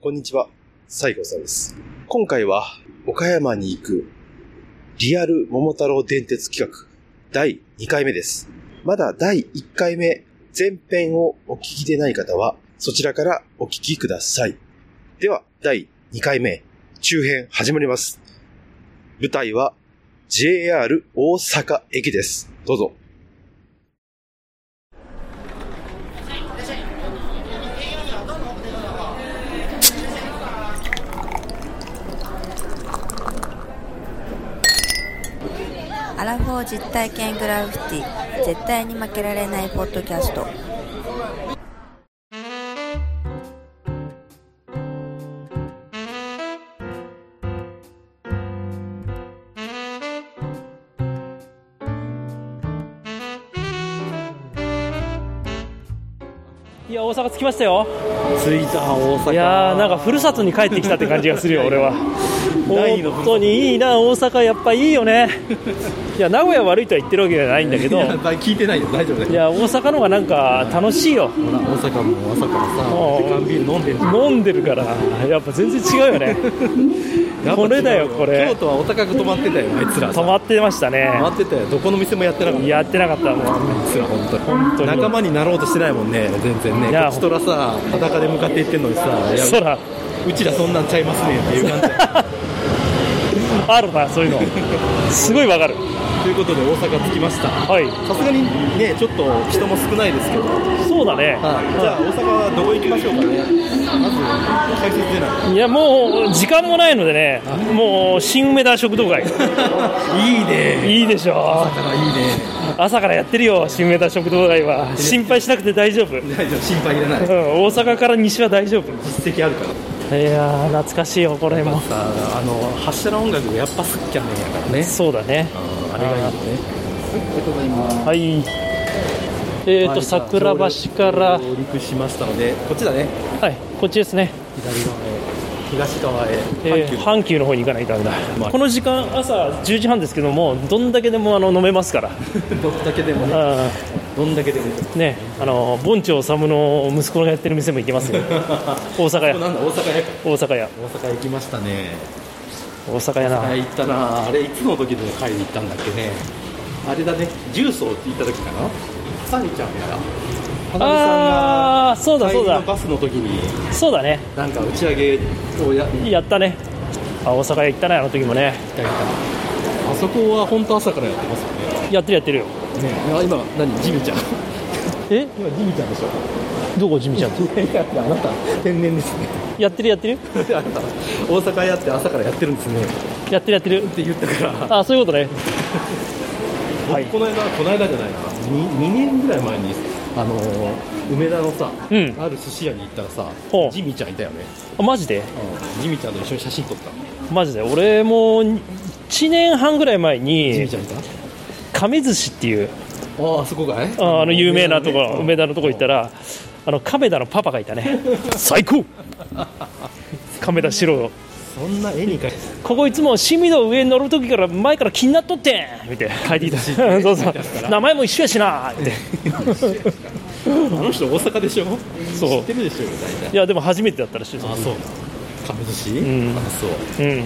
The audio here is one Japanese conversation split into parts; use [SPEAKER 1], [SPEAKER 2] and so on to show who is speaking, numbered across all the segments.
[SPEAKER 1] こんにちは、西郷さんです。今回は、岡山に行く、リアル桃太郎電鉄企画、第2回目です。まだ第1回目、前編をお聞きでない方は、そちらからお聞きください。では、第2回目、中編始まります。舞台は、JR 大阪駅です。どうぞ。
[SPEAKER 2] アラフォー実体験グラフィティ絶対に負けられないポッドキャスト
[SPEAKER 3] いや大阪着きましたよ
[SPEAKER 4] 着いた大阪
[SPEAKER 3] いやーなんかふるさとに帰ってきたって感じがするよ俺は
[SPEAKER 4] 第二のふ
[SPEAKER 3] 本
[SPEAKER 4] るさと
[SPEAKER 3] 当にいいな大阪やっぱいいよ ねいや名古屋悪いとは言ってるわけじゃないんだけど
[SPEAKER 4] いやばい聞いてないよ大丈夫だ
[SPEAKER 3] い
[SPEAKER 4] よ
[SPEAKER 3] や大阪の方がなんか楽しいよ
[SPEAKER 4] ほら大阪も朝から
[SPEAKER 3] おう
[SPEAKER 4] さ缶ビール飲んでる
[SPEAKER 3] 飲んでるからやっぱ全然違う よねこれだよこれ
[SPEAKER 4] 京都はお高く泊まってたよあいつら
[SPEAKER 3] 止まってましたね
[SPEAKER 4] 泊まってたよどこの店もやってなかった
[SPEAKER 3] やってなかったもん
[SPEAKER 4] あいつら本当に
[SPEAKER 3] 本当に
[SPEAKER 4] 仲間になろうとしてないもんね全然ね
[SPEAKER 3] いや
[SPEAKER 4] こっちとらさ裸で向かって行ってんのにさいや
[SPEAKER 3] そら
[SPEAKER 4] うちらそんなんちゃいますねっていう感じ
[SPEAKER 3] あるなそういうのすごいわかる
[SPEAKER 4] ということで大阪着きました
[SPEAKER 3] はい
[SPEAKER 4] さすがにねちょっと人も少ないですけど、はい、
[SPEAKER 3] そうだね、
[SPEAKER 4] じゃあ大阪はどこ行きましょうかねまず解説出ない
[SPEAKER 3] いやもう時間もないのでねもう新梅田食堂街
[SPEAKER 4] いい ね
[SPEAKER 3] いいでしょ
[SPEAKER 4] だからいいね
[SPEAKER 3] 朝からやってるよ新メタ食堂街は心配しなくて大丈夫、うん、
[SPEAKER 4] 大丈夫心配いらない
[SPEAKER 3] 大阪から西は大丈夫
[SPEAKER 4] 実績あるから
[SPEAKER 3] いやー懐かしいよこれも
[SPEAKER 4] さああの発射の音楽がやっぱ好きやねんやからね
[SPEAKER 3] そうだね
[SPEAKER 4] あれがいいよね
[SPEAKER 3] はいえーと桜橋から
[SPEAKER 4] 上陸しましたのでこっちだね
[SPEAKER 3] はいこっちですね、
[SPEAKER 4] 左側へ東側へ
[SPEAKER 3] えー
[SPEAKER 4] 阪急
[SPEAKER 3] 阪急の方に行かないとダメだ、
[SPEAKER 4] まあ
[SPEAKER 3] この時間朝10時半ですけどもどんだけでもあの飲めますから
[SPEAKER 4] どんだけでもね
[SPEAKER 3] あ
[SPEAKER 4] どんだけでも
[SPEAKER 3] ーねあの盆地治の息子がやってる店も行けます よ大阪屋
[SPEAKER 4] なんだ大阪へ
[SPEAKER 3] 大阪屋
[SPEAKER 4] 大阪行きましたね
[SPEAKER 3] 大阪屋な、
[SPEAKER 4] あ行ったなあれいつの時の会に行ったんだっけねあれだね重曹って言った時かなサミちゃんやら
[SPEAKER 3] ああーそうだそう
[SPEAKER 4] 花見さんが帰りの
[SPEAKER 3] だ
[SPEAKER 4] バスの時に
[SPEAKER 3] そうだね
[SPEAKER 4] なんか打ち上げをや
[SPEAKER 3] やったねあ大阪屋行ったねあの時もね
[SPEAKER 4] あそこは本当朝からやってますよね。
[SPEAKER 3] やってるやってるよ
[SPEAKER 4] ねあ今何ジミちゃん。
[SPEAKER 3] え
[SPEAKER 4] 今ジミちゃんでしょ。
[SPEAKER 3] どこジミちゃん
[SPEAKER 4] いやいやいやあなた天然ですね。
[SPEAKER 3] やってるやってる
[SPEAKER 4] あなた大阪やって朝からやってるんですね。
[SPEAKER 3] やってるやってる
[SPEAKER 4] って言ったから。
[SPEAKER 3] あそういう ことねはい
[SPEAKER 4] 僕この間この間じゃないな。二二年ぐらい前にあのー梅田のさ、
[SPEAKER 3] うん
[SPEAKER 4] ある寿司屋に行ったらさ
[SPEAKER 3] ほう
[SPEAKER 4] ジミちゃんいたよね。
[SPEAKER 3] あマジで
[SPEAKER 4] うんジミちゃんと一緒に写真撮ったの。
[SPEAKER 3] マジで俺も1年半ぐらい前
[SPEAKER 4] ジミ
[SPEAKER 3] に
[SPEAKER 4] ちゃんいた。
[SPEAKER 3] 亀寿司っていう
[SPEAKER 4] ああそこがい。
[SPEAKER 3] ああの有名なところ梅
[SPEAKER 4] 田
[SPEAKER 3] 田のとこ行ったらあの亀田のパパがいた ね最高亀田四郎
[SPEAKER 4] そんな絵に描いて。
[SPEAKER 3] ここいつも趣味の上に乗る時から前から気になっとってんみたいな書いていた そうそう名前も一緒やしなって
[SPEAKER 4] あの人大阪でしょ。
[SPEAKER 3] そう
[SPEAKER 4] 知ってるでしょ大体。
[SPEAKER 3] いやでも初めてだったらしいです
[SPEAKER 4] あそう亀寿司、
[SPEAKER 3] ん
[SPEAKER 4] あそ
[SPEAKER 3] うん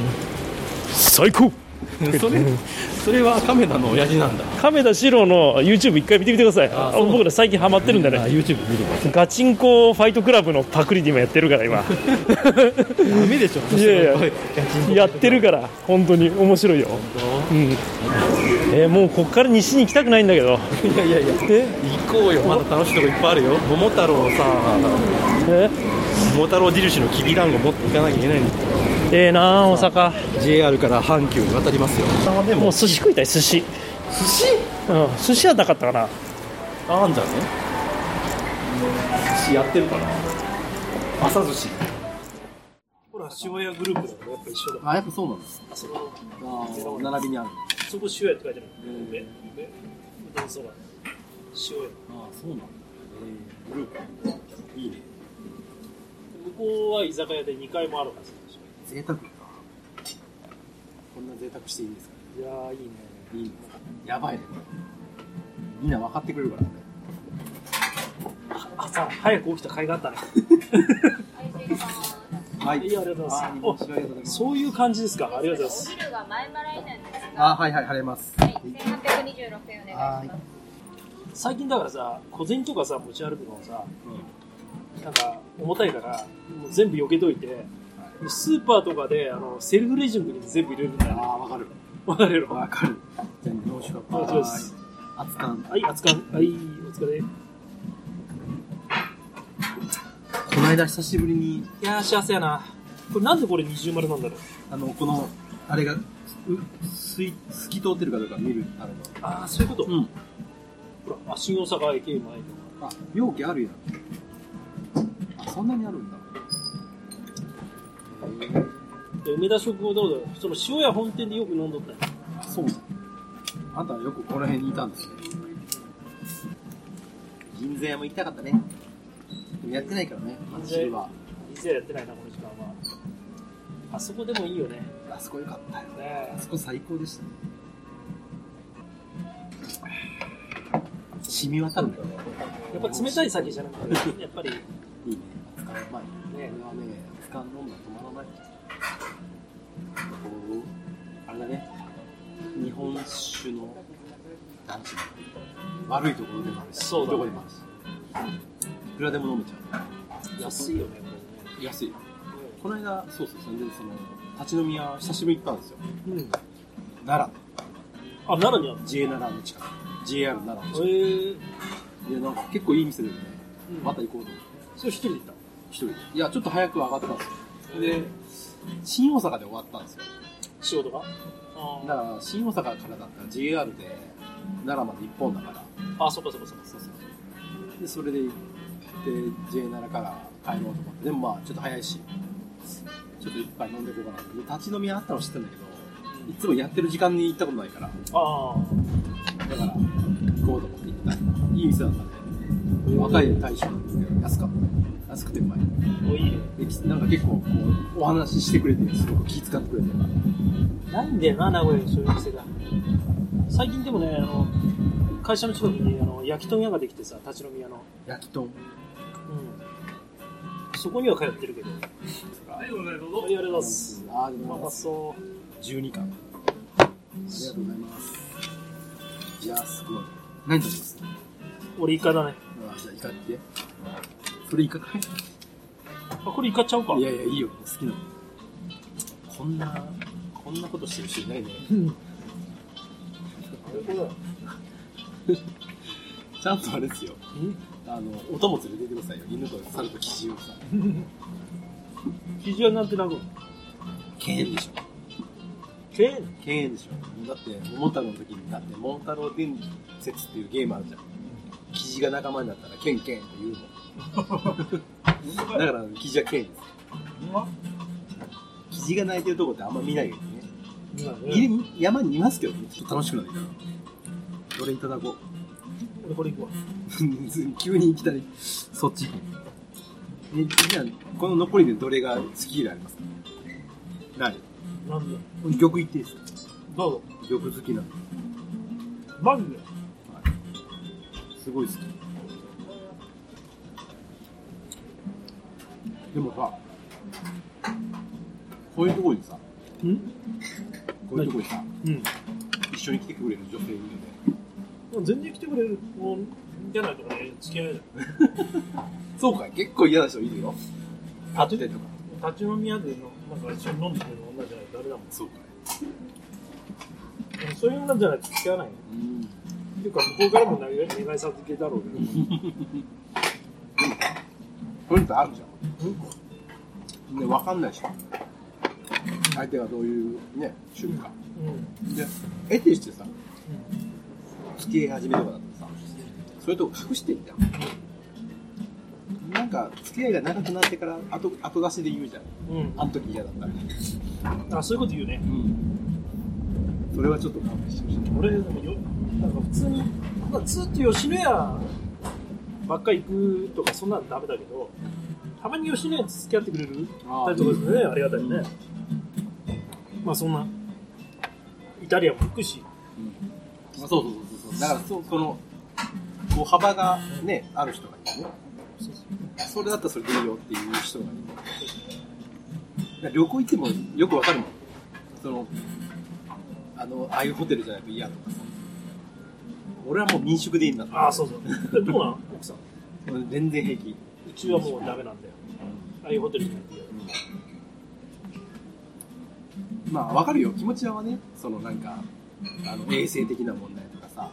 [SPEAKER 3] 最高
[SPEAKER 4] うそれそれは亀田の親父なんだ
[SPEAKER 3] 亀田史郎の YouTube 一回見てみてください
[SPEAKER 4] あ
[SPEAKER 3] あ
[SPEAKER 4] そう
[SPEAKER 3] 僕ら最近ハマってるんだね
[SPEAKER 4] YouTube 見る
[SPEAKER 3] ガチンコファイトクラブのパクリで今やってるから 今
[SPEAKER 4] わダメでしょ
[SPEAKER 3] いやいややってるから本当に面白いよ、うんえーもうこっから西に行きたくないんだけど
[SPEAKER 4] いやいやいや
[SPEAKER 3] え
[SPEAKER 4] 行こうよまだ楽しいとこいっぱいあるよ桃太郎さ
[SPEAKER 3] え
[SPEAKER 4] 桃太郎印のきびだんご持っていかなきゃいけないんだ
[SPEAKER 3] ええなあ大阪
[SPEAKER 4] JR から阪急に渡りますよあで
[SPEAKER 3] もう寿司食いたい寿司、
[SPEAKER 4] 寿司
[SPEAKER 3] うん、寿司はなかったかな
[SPEAKER 4] ああんじゃね寿司やってるかな朝寿司ほら塩屋グループだからやっぱ一緒だあやっぱそうなんですあ並びにある
[SPEAKER 3] そこ塩屋って書いてあるえそうだ塩屋
[SPEAKER 4] あそうなんだ、グループいいね
[SPEAKER 3] 向こうは居酒屋で2階もあるんですよ
[SPEAKER 4] 贅沢かこんな贅沢していいんですか
[SPEAKER 3] いやーいいね
[SPEAKER 4] いいんですかやばいねこれみんな分かってくれるからね
[SPEAKER 3] 朝早く起きた甲斐があったね
[SPEAKER 4] あ
[SPEAKER 3] はい、ありがとうございますお。そういう感じですか。ありがとうございます。
[SPEAKER 5] 汁が前払いなんですが、
[SPEAKER 4] あ、はいはい、貼れます。
[SPEAKER 5] はい、1826円お願いします。
[SPEAKER 3] 最近だからさ、小銭とかさ、持ち歩くのさ、なんか重たいから、もう全部避けといて、スーパーとかで、あの、セルフレジの時に全部入れるんだよ。ああ、わかる。わかるやろ。わかる。
[SPEAKER 4] 全部濃縮
[SPEAKER 3] あそうです。
[SPEAKER 4] 熱燗。
[SPEAKER 3] はい、扱う。はい、お疲れ。
[SPEAKER 4] この間久しぶりに、
[SPEAKER 3] いやー、幸せやな。これなんでこれ二重丸なんだろう。
[SPEAKER 4] あの、この、あれが、うすい透き通ってるかどうか見るための。
[SPEAKER 3] ああ、そういうこと。
[SPEAKER 4] うん。
[SPEAKER 3] ほら、あ新大阪駅前の。
[SPEAKER 4] あ、容器あるやん。あ、そんなにあるんだ。
[SPEAKER 3] で梅田食堂どうだろう。その塩屋本店でよく飲んどったよ。
[SPEAKER 4] そうなんだあんたはよくこの辺にいたんですね。銀座屋も行きたかったね。でもやってないからね、
[SPEAKER 3] 銀座屋
[SPEAKER 4] 街は。
[SPEAKER 3] 以前やってないな、この時間は。あそこでもいいよね。ね
[SPEAKER 4] あそこ良かったよ。
[SPEAKER 3] え
[SPEAKER 4] あそこ最高でしたね。染み渡るね。
[SPEAKER 3] やっぱ冷たい酒じゃなくて、やっぱり、ね
[SPEAKER 4] いいね。熱燗うまい。
[SPEAKER 3] え
[SPEAKER 4] これはね、熱燗飲んだら止まらない。こう、あれだね。日本酒の、なんていうの悪いところでもあるし、
[SPEAKER 3] そうだね
[SPEAKER 4] どこでもあるし。いくらでも飲めちゃ
[SPEAKER 3] 安いよね、こ
[SPEAKER 4] う。安い。
[SPEAKER 3] れ
[SPEAKER 4] この間、そうそう、それでその、立ち飲み屋、久しぶりに行ったんですよ。
[SPEAKER 3] ね。うん。
[SPEAKER 4] 奈
[SPEAKER 3] あ、奈良にあった
[SPEAKER 4] 良、J 奈良の近く。JR 奈良の近
[SPEAKER 3] えー、
[SPEAKER 4] く。で、なんか結構いい店でね、また行こうと思って。
[SPEAKER 3] それ一人で行った
[SPEAKER 4] 一人で。いや、ちょっと早く上がったんですよ。で、新大阪で終わったんですよ。
[SPEAKER 3] 仕事が
[SPEAKER 4] だ
[SPEAKER 3] あ
[SPEAKER 4] から、新大阪からだったら JR で奈良まで一本だから。
[SPEAKER 3] ーあ、そっかそっかそっか。
[SPEAKER 4] そうそう。で、それで行って、J 奈良から帰ろうと思って。でもまあ、ちょっと早いし、ちょっと一杯飲んでいこうかなって。で立ち飲み屋あったの知ってたんだけど、いつもやってる時間に行ったことないから、
[SPEAKER 3] あ
[SPEAKER 4] だから、行こうと思って行った。いい店だったね。若い大将なんで安かった。安くてうまい。
[SPEAKER 3] あ、もういいね。
[SPEAKER 4] できなんか結構こうお話ししてくれてすごく気遣ってくれて
[SPEAKER 3] ないんだよな、名古屋にそういう店が。最近でもね、あの、会社の近くにあの焼き鳥屋ができてさ、立ち飲み屋の。
[SPEAKER 4] 焼き豚
[SPEAKER 3] うん。そこには通ってるけど。はい、おめでとうありがとうございます。
[SPEAKER 4] ああで
[SPEAKER 3] う
[SPEAKER 4] も
[SPEAKER 3] まそう。
[SPEAKER 4] 12巻ありがとうございますいやーすごい何食べます
[SPEAKER 3] 俺イカだね。
[SPEAKER 4] あじゃあイカってそれイカか
[SPEAKER 3] あ、これイカちゃうか
[SPEAKER 4] いいやいやいいよ好きなのこんなこんなことしてる人いないねちゃんとあれですよあのお供連れてってくださいよ犬と猿とキジをさ
[SPEAKER 3] 基準なんてなく。
[SPEAKER 4] 敬遠でしょ
[SPEAKER 3] チェーン
[SPEAKER 4] 敬遠でしょだって桃太郎の時にだって桃太郎伝説っていうゲームあるじゃんキジが仲間になったらケンケンって言うのだからキジはケンですキジが泣いてるとこってあんま見ないよね
[SPEAKER 3] 今ね。
[SPEAKER 4] い山にいますけどねちょっと楽しくなってきたどれいただこう
[SPEAKER 3] 俺これいくわ。
[SPEAKER 4] 急に来たりそっち行くえじゃあこの残りでどれが好き嫌いありますかない
[SPEAKER 3] なんで
[SPEAKER 4] 玉いっていいですか
[SPEAKER 3] どうぞ。
[SPEAKER 4] 玉好きなんで
[SPEAKER 3] マジです
[SPEAKER 4] ごい好きでもさこういうところにさ
[SPEAKER 3] ん
[SPEAKER 4] こういうところにさ
[SPEAKER 3] うん。
[SPEAKER 4] 一緒に来てくれる女性いるよね
[SPEAKER 3] 全然来てくれる。もう、じゃないとかね、付き合えない。
[SPEAKER 4] そうか結構嫌な人いるよ
[SPEAKER 3] あ
[SPEAKER 4] 立ってたりとか
[SPEAKER 3] 立ち飲み屋での、なんか一緒に飲んでくれる女じゃないとダメだもん。
[SPEAKER 4] そうか
[SPEAKER 3] そういう女じゃないと付き合わないね。
[SPEAKER 4] うん
[SPEAKER 3] っ
[SPEAKER 4] で
[SPEAKER 3] ていうか、向こうからも願い願い授けだろうけど。
[SPEAKER 4] もさこういうのってあるじゃんで分かんないし相手がどういうね趣味か
[SPEAKER 3] う
[SPEAKER 4] で得てしてさ付き合い始めとかだとさそういうとこ隠してんじゃんなんか付き合いが長くなってから後後出しで言うじゃん
[SPEAKER 3] ん。うん。
[SPEAKER 4] あの時嫌だったみたいな
[SPEAKER 3] あ、そういうこと言うね。
[SPEAKER 4] それはちょっと勘弁してほしい
[SPEAKER 3] 俺、でもよ、なんか普通に、まあ、ずっと吉野家ばっかり行くとか、そんなのダメだけど、たまに吉野家と付き合ってくれる
[SPEAKER 4] あー
[SPEAKER 3] タイプですね。ありがたいね。まあそんな、イタリアも行くし、
[SPEAKER 4] そうそうそうそうだからそうそのこう幅がねある人がいるね
[SPEAKER 3] そうそう
[SPEAKER 4] それだったらそれでいいよっていう人がいる旅行行ってもよくわかるもん。その、あの、ああいうホテルじゃないと嫌とかさ。俺はもう民宿でいいんだと
[SPEAKER 6] ああ、そうそう。えどうなん奥さん。
[SPEAKER 4] 俺全然平気。
[SPEAKER 6] うちはもうダメなんだよ。ああいうホテルになって
[SPEAKER 4] まあわかるよ気持ちはねそのなんかあの衛生的な問題とかさ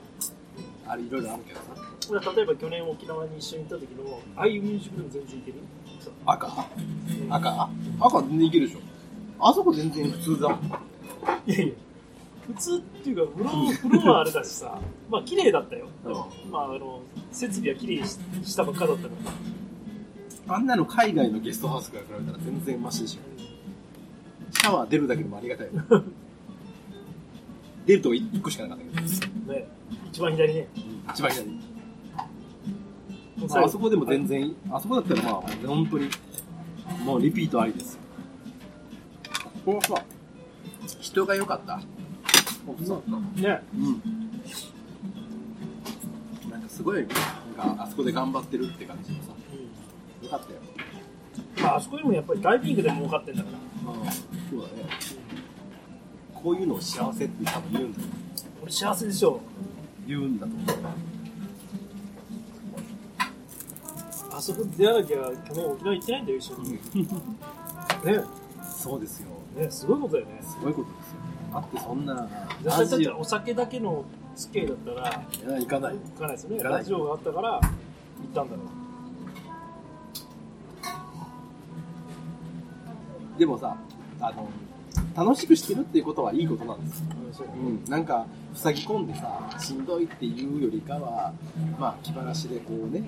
[SPEAKER 4] あれいろいろあるけどさ
[SPEAKER 6] 俺は例えば去年沖縄に一緒に行った時の、ああいうミュージックでも全然いける。そう
[SPEAKER 4] 赤赤赤全然いけるでしょあそこ全然普通だ
[SPEAKER 6] いやいや。普通っていうか、風呂、風呂はあれだしさ、 まあ綺麗だったよ。まああの、設備は綺麗にししたばっかだったから。
[SPEAKER 4] あんなの海外のゲストハウスから比べたら全然マシでしょシャワー出るだけでもありがたいよ出るとこ1個しかなかったけど
[SPEAKER 6] ね、一番左ね。
[SPEAKER 4] 一番左、まあ、あそこでも全然あそこだったらまあ本当にもうリピートありですよここはさ人が良かった
[SPEAKER 6] ね、
[SPEAKER 4] うん。なんかすごい、なんかあそこで頑張ってるって感じのさ、よかったよ。
[SPEAKER 6] まあ、あそこでもやっぱりダイビングで儲かってんだから。
[SPEAKER 4] あそうだね。こういうのを幸せって多分言うんだよ。
[SPEAKER 6] 俺幸せでしょ。
[SPEAKER 4] 言うんだと思
[SPEAKER 6] あそこで出会わなきゃ去年沖縄行ってないんだよ、一緒に。ね、
[SPEAKER 4] う。そうですよ。
[SPEAKER 6] ね、すごいことだよね。
[SPEAKER 4] すごいことですよ。だってそんな、
[SPEAKER 6] 私だっ
[SPEAKER 4] ジ
[SPEAKER 6] たらお酒だけの付き合いだったら、
[SPEAKER 4] いや行かない。
[SPEAKER 6] 行かないですよね。
[SPEAKER 4] 行かない
[SPEAKER 6] ラジオがあったから、行ったんだろう。
[SPEAKER 4] でもさ、あの、楽しくしてるっていうことはいいことなんですよ。
[SPEAKER 6] うんそう
[SPEAKER 4] うん、なんか塞ぎ込んでさしんどいっていうよりかはまあ気晴らしでこうね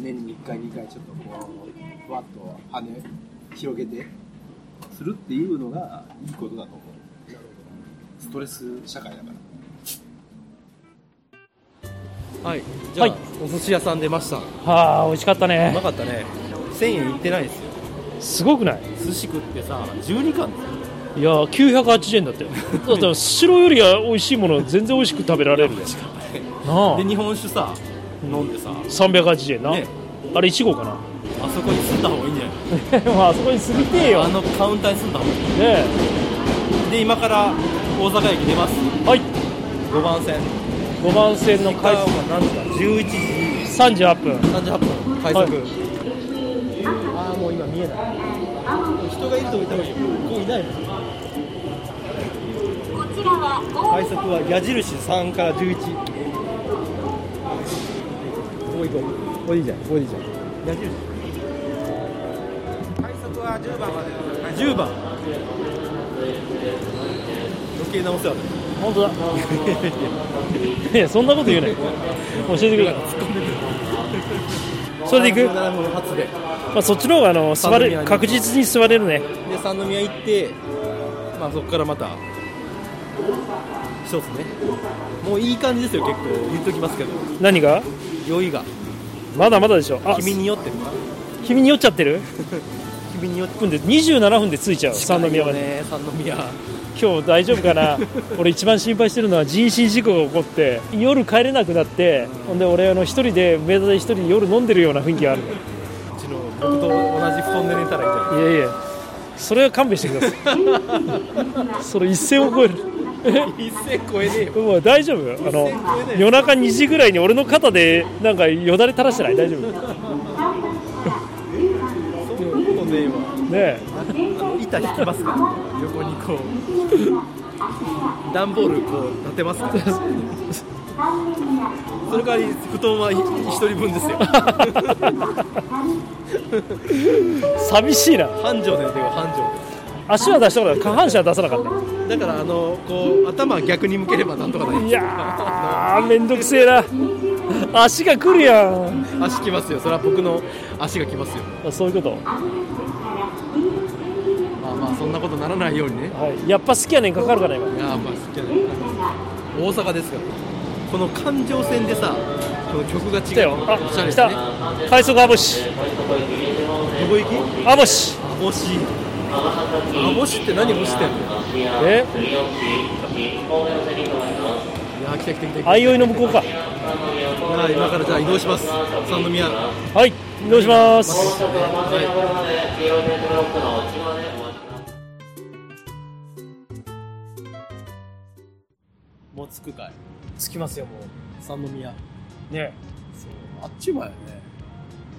[SPEAKER 4] 年に1回2回ちょっとこうふわっと羽広げてするっていうのがいいことだと思うストレス社会だから
[SPEAKER 1] はい、じゃあ、
[SPEAKER 3] はい
[SPEAKER 1] お寿司屋さん出ました。う
[SPEAKER 3] はあ美味しかった
[SPEAKER 1] ま
[SPEAKER 3] ね
[SPEAKER 1] かったね。1000円いってないですよ。
[SPEAKER 3] すごくない
[SPEAKER 1] 寿司食ってさ、12貫ですよ。
[SPEAKER 3] いやー980円だったよだって白よりは美味しいものは全然美味しく食べられるねなあ
[SPEAKER 1] で、日本酒さ、飲んでさ、
[SPEAKER 3] 380円な、
[SPEAKER 1] ね
[SPEAKER 3] あれ1号かな
[SPEAKER 1] あそこに住んだ方がいいんじゃない
[SPEAKER 3] まああそこに過ぎてえよ
[SPEAKER 1] あ
[SPEAKER 3] ね
[SPEAKER 1] のカウンターに住んだ方がい
[SPEAKER 3] え
[SPEAKER 1] い。で、今から大阪駅出ます。
[SPEAKER 3] はい
[SPEAKER 1] 5番線。
[SPEAKER 3] 5番線の開
[SPEAKER 1] 時間は何時だ ?11 時
[SPEAKER 3] 38分
[SPEAKER 1] 38分。快速。
[SPEAKER 3] はああもう今見えない
[SPEAKER 1] 人がいると思った方がいいよ。もういないもん快速は矢印3から11。ここ行こう。これいいじゃん。これいいじゃん。矢印。快速は10番まで。10番。余計なお世話だ。
[SPEAKER 3] 本当だいやそんなこと言うなよ教えてくれそれで行く、
[SPEAKER 1] 7分発で。
[SPEAKER 3] まあ、そっちの方があの座
[SPEAKER 1] 三宮
[SPEAKER 3] れ
[SPEAKER 1] に
[SPEAKER 3] 確実に座れるね
[SPEAKER 1] で三宮行って、まあ、そこからまた一つねもういい感じですよ結構言っときますけど
[SPEAKER 3] 何が
[SPEAKER 1] 酔いが
[SPEAKER 3] まだまだでしょあ
[SPEAKER 1] 君に酔ってるな
[SPEAKER 3] 君に酔っちゃってる
[SPEAKER 1] 君に酔って
[SPEAKER 3] 分で27分で着いちゃう三宮まで、
[SPEAKER 1] ね三宮
[SPEAKER 3] 今日大丈夫 かな俺一番心配してるのは人身事故が起こって夜帰れなくなって、ほんで俺あの一人で梅田で一人で夜飲んでるような雰囲気がある
[SPEAKER 1] うちの僕と同じ布団で寝たらいいんじゃない
[SPEAKER 3] いやいやそれは勘弁してくださ いそれ一線を超える
[SPEAKER 1] 一線超えねえよ
[SPEAKER 3] もう大丈夫あの
[SPEAKER 1] えない
[SPEAKER 3] 夜中2時ぐらいに俺の肩でなんかよだれ垂らしてない大丈夫ね
[SPEAKER 1] そんなことねえわ
[SPEAKER 3] え
[SPEAKER 1] あの板引きますから横にこう段ボールこう立てますからそれから布団は一人分ですよ
[SPEAKER 3] 寂しいな
[SPEAKER 1] 繁盛で寝てよ繁盛で
[SPEAKER 3] 足は出したから下半身は出さなかっ
[SPEAKER 1] だからあのこう頭逆に向ければなんとかな
[SPEAKER 3] た
[SPEAKER 1] り
[SPEAKER 3] いやーめんどくせえな足が来るやん
[SPEAKER 1] 足きますよそれは僕の足がきますよ
[SPEAKER 3] あそういうこと、
[SPEAKER 1] まあまあそんなことならないようにね
[SPEAKER 3] はい、やっぱ好きやねんかかるかな今
[SPEAKER 1] いやーまあ好きやね大阪ですからこの環状線でさこの曲が違う
[SPEAKER 3] 来たよあ
[SPEAKER 1] おしゃれで
[SPEAKER 3] 来
[SPEAKER 1] すね
[SPEAKER 3] た快速アボシ
[SPEAKER 1] どこ行き
[SPEAKER 3] アボシ
[SPEAKER 1] 網干し網干しって何干してんの
[SPEAKER 3] え
[SPEAKER 1] いやー来た来た来た来た
[SPEAKER 3] 相生の向こうか
[SPEAKER 1] はい今からじゃあ移動します三宮
[SPEAKER 3] はい移動します
[SPEAKER 1] はい
[SPEAKER 4] つくかい
[SPEAKER 3] つきますよも
[SPEAKER 4] 三宮
[SPEAKER 3] うね
[SPEAKER 4] そうあっちゅうまやね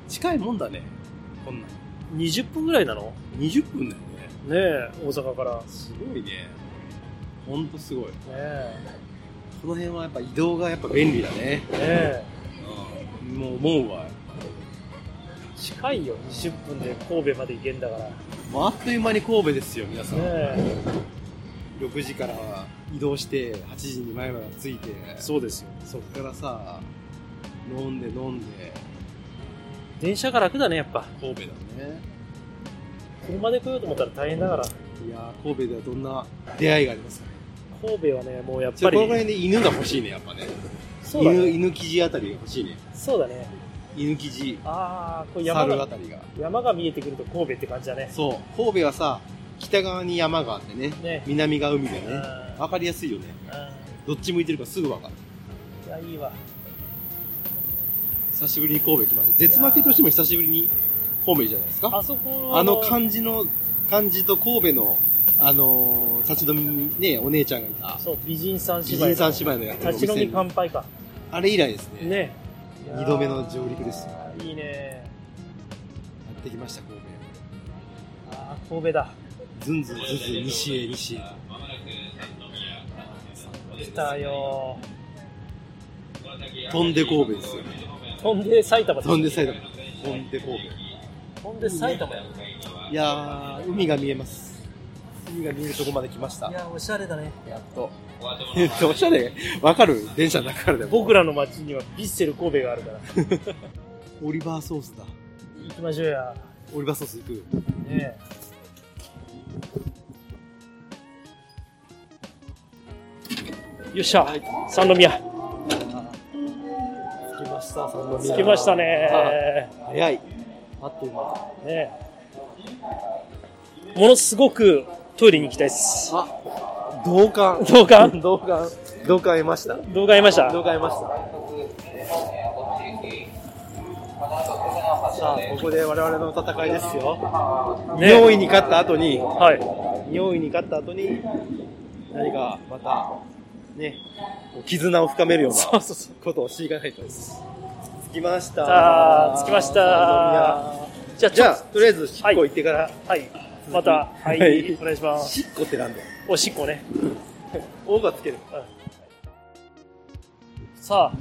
[SPEAKER 4] 近いもんだねこんなん
[SPEAKER 3] 20分ぐらいなの
[SPEAKER 4] 20分だよね
[SPEAKER 3] ねえ大阪からね
[SPEAKER 4] すごいねほんとすごいこ
[SPEAKER 3] え
[SPEAKER 4] の辺はやっぱ移動がやっぱ便利だね
[SPEAKER 3] ねえ
[SPEAKER 4] うんもう思うわ
[SPEAKER 3] 近いよ20分で神戸まで行けんだからね
[SPEAKER 4] もうあっという間に神戸ですよ皆さん、
[SPEAKER 3] え
[SPEAKER 4] 6時から移動して8時に前まで着いて
[SPEAKER 3] そうですよ
[SPEAKER 4] そっからさ飲んで飲んで
[SPEAKER 3] 電車が楽だねやっぱ
[SPEAKER 4] 神戸だね
[SPEAKER 3] 車で来ようと思ったら大変だから
[SPEAKER 4] いやー神戸ではどんな出会いがありますかね
[SPEAKER 3] 神戸はねもうやっ
[SPEAKER 4] ち
[SPEAKER 3] ぱ
[SPEAKER 4] ょっと
[SPEAKER 3] り
[SPEAKER 4] この辺で犬が欲しいねやっぱね
[SPEAKER 3] そうだ
[SPEAKER 4] 犬
[SPEAKER 3] ね
[SPEAKER 4] 犬生地あたりが欲しいね
[SPEAKER 3] そうだね
[SPEAKER 4] 犬生地
[SPEAKER 3] ああこれ山
[SPEAKER 4] 猿あ
[SPEAKER 3] が
[SPEAKER 4] たりが
[SPEAKER 3] 山が見えてくると神戸って感じだね
[SPEAKER 4] そう神戸はさ北側に山があってね
[SPEAKER 3] ね
[SPEAKER 4] 南が海でね
[SPEAKER 3] うん
[SPEAKER 4] 分かりやすいよね
[SPEAKER 3] う
[SPEAKER 4] どっち向いてるかすぐ分かる
[SPEAKER 3] んいやいいわ
[SPEAKER 4] 久しぶりに神戸来ました絶負けとしても久しぶりに神戸じゃないですか
[SPEAKER 3] あそこの
[SPEAKER 4] あの感じの、感じと神戸の、あのー立ち飲みにね、お姉ちゃんがいた、
[SPEAKER 3] そう美人さん
[SPEAKER 4] 美
[SPEAKER 3] 芝居
[SPEAKER 4] 人さん芝居のやってるお
[SPEAKER 3] 立ち飲
[SPEAKER 4] 店
[SPEAKER 3] み乾
[SPEAKER 4] に、
[SPEAKER 3] 杯か
[SPEAKER 4] あれ以来ですね、
[SPEAKER 3] ね
[SPEAKER 4] 二度目の上陸ですよ
[SPEAKER 3] よいいね
[SPEAKER 4] やってきました、神戸。
[SPEAKER 3] あー神戸だ
[SPEAKER 4] ずんずんずんずん西へ西へ。
[SPEAKER 3] 来たよ
[SPEAKER 4] 飛んで神戸ですよ。
[SPEAKER 3] 飛んで埼玉だ
[SPEAKER 4] 飛んで埼玉。飛んで神
[SPEAKER 3] 飛んで埼玉やい
[SPEAKER 4] 戸。いやー、海が見えます。海が見えるとこまで来ました。
[SPEAKER 3] やおしゃれだね
[SPEAKER 4] やっと。 えっと、おしゃれわかる電車の中からでも。
[SPEAKER 3] 僕らの街にはヴィッセル神戸があるから
[SPEAKER 4] オリバーソースだ。
[SPEAKER 3] 行きましょうや
[SPEAKER 4] オリバーソース行く。
[SPEAKER 3] ねえよっしゃ、三宮
[SPEAKER 4] 着きました、
[SPEAKER 3] 着きましたね
[SPEAKER 4] 早い。あっという間。
[SPEAKER 3] ねえものすごくトイレに行きたいです
[SPEAKER 4] あ、同感。
[SPEAKER 3] 同感
[SPEAKER 4] 同感。同感得ました。
[SPEAKER 3] 動画見ました
[SPEAKER 4] 同感得ました。さあ、ここで我々の戦いですよ。
[SPEAKER 3] ね
[SPEAKER 4] 尿意に勝った後に、
[SPEAKER 3] はい
[SPEAKER 4] 尿意に勝った後に、何かまた、ね、こう絆を深めるよう
[SPEAKER 3] そう
[SPEAKER 4] な
[SPEAKER 3] そうそう
[SPEAKER 4] ことをしていかないとです。着きました。
[SPEAKER 3] さあ着きました
[SPEAKER 4] さあ飲み屋
[SPEAKER 3] じゃあ
[SPEAKER 4] じ
[SPEAKER 3] ちょ
[SPEAKER 4] ゃ
[SPEAKER 3] っ
[SPEAKER 4] あ、とりあえず、執行行ってから、
[SPEAKER 3] とはいまたはい、
[SPEAKER 4] はい
[SPEAKER 3] お願いします
[SPEAKER 4] しっこってなんだよ。
[SPEAKER 3] おしっこね
[SPEAKER 4] 王がつける。
[SPEAKER 3] さ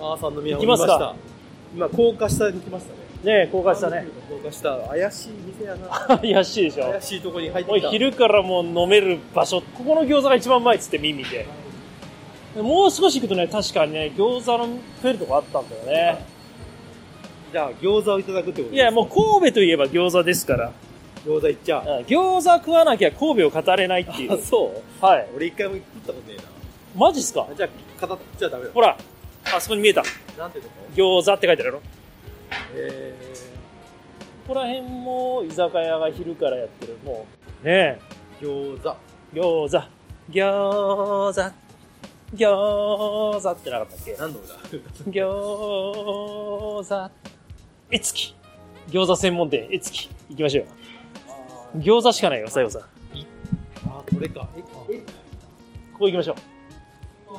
[SPEAKER 3] あ
[SPEAKER 4] ああ、三宮
[SPEAKER 3] 行きますか
[SPEAKER 4] 降りした。今、高架下に来ましたね。
[SPEAKER 3] ねえ高架下ね。
[SPEAKER 4] 高架下、怪しい店や な。
[SPEAKER 3] 怪しいでしょ
[SPEAKER 4] 怪しいとこに入って
[SPEAKER 3] おい
[SPEAKER 4] きた。
[SPEAKER 3] 昼からもう飲める場所ここの餃子が一番うまいっつって耳でもう少し行くとね確かにね餃子の食えるとこあったんだよね
[SPEAKER 4] じゃあ、餃子をいただくってこと
[SPEAKER 3] い
[SPEAKER 4] で
[SPEAKER 3] やもう神戸といえば餃子ですから
[SPEAKER 4] 餃子いっちゃ
[SPEAKER 3] う
[SPEAKER 4] う。
[SPEAKER 3] ん餃子食わなきゃ神戸を語れないっていう
[SPEAKER 4] あ、そう
[SPEAKER 3] はい
[SPEAKER 4] 俺一回も行ったことねえ
[SPEAKER 3] マジっすか
[SPEAKER 4] な。じゃあ、語っちゃダメだ。
[SPEAKER 3] ほらあそこに見えた
[SPEAKER 4] なんてとこ
[SPEAKER 3] 餃子って書いてあるやろ
[SPEAKER 4] え
[SPEAKER 3] ここら辺も居酒屋が昼からやってるもうね
[SPEAKER 4] ー、餃子。
[SPEAKER 3] え餃子餃子餃子ってなかったっけ
[SPEAKER 4] 何の歌
[SPEAKER 3] 餃子。えつき。餃子専門店、えつき。行きましょうよ。餃子しかないよ、最後さん。こ
[SPEAKER 4] あ、これか。え、え、
[SPEAKER 3] こ行きましょう。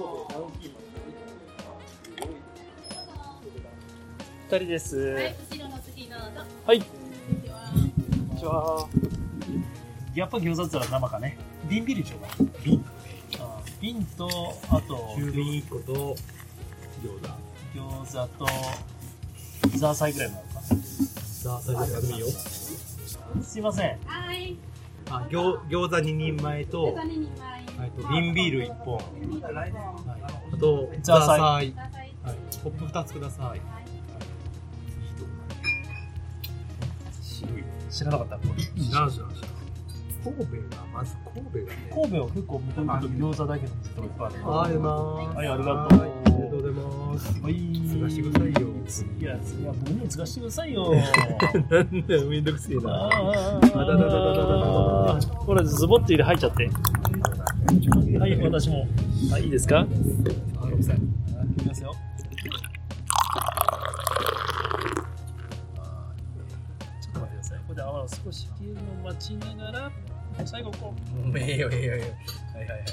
[SPEAKER 3] 二人です。
[SPEAKER 5] はい、後ろの次どうぞ。
[SPEAKER 3] はい。こんにちは。やっぱ餃子ってのは生かね。瓶ビールにしようか。瓶瓶と、あと、
[SPEAKER 4] 中瓶
[SPEAKER 3] 1個と、
[SPEAKER 4] 餃子。
[SPEAKER 3] 餃子と、ザーサイぐらいになるか。
[SPEAKER 4] さあ、最初からいいよ。
[SPEAKER 3] すいません。
[SPEAKER 5] はい、
[SPEAKER 4] あ、餃餃子2人前と
[SPEAKER 5] 金に枚。
[SPEAKER 4] えっと、瓶ビール1本。はいあと、ザーサイ。はい、コップ2つください。
[SPEAKER 3] 知らなかった。
[SPEAKER 4] 神戸が、まず神戸がね
[SPEAKER 3] 神戸は結構向こう行くと餃子だけの店とかいっぱいあるよ。
[SPEAKER 4] ありがとうございます。
[SPEAKER 3] はいありがとう
[SPEAKER 4] はいありがとうございます。
[SPEAKER 3] はい。
[SPEAKER 4] 探してくださいよ
[SPEAKER 3] いや、次は僕にもつかしてください よ。
[SPEAKER 4] なんだよ、めんどくせえ
[SPEAKER 3] あ
[SPEAKER 4] な。
[SPEAKER 3] あ
[SPEAKER 4] あだだだだだだだ
[SPEAKER 3] これズボッと入れ入っちゃって。はい、私も。はい、いいですか。いきますよ。ちょっと待ってください。ここで泡を少し消えるのを待ちながら、最後こう。
[SPEAKER 4] もうええよ、ええよ、ええよ。はいはいはい。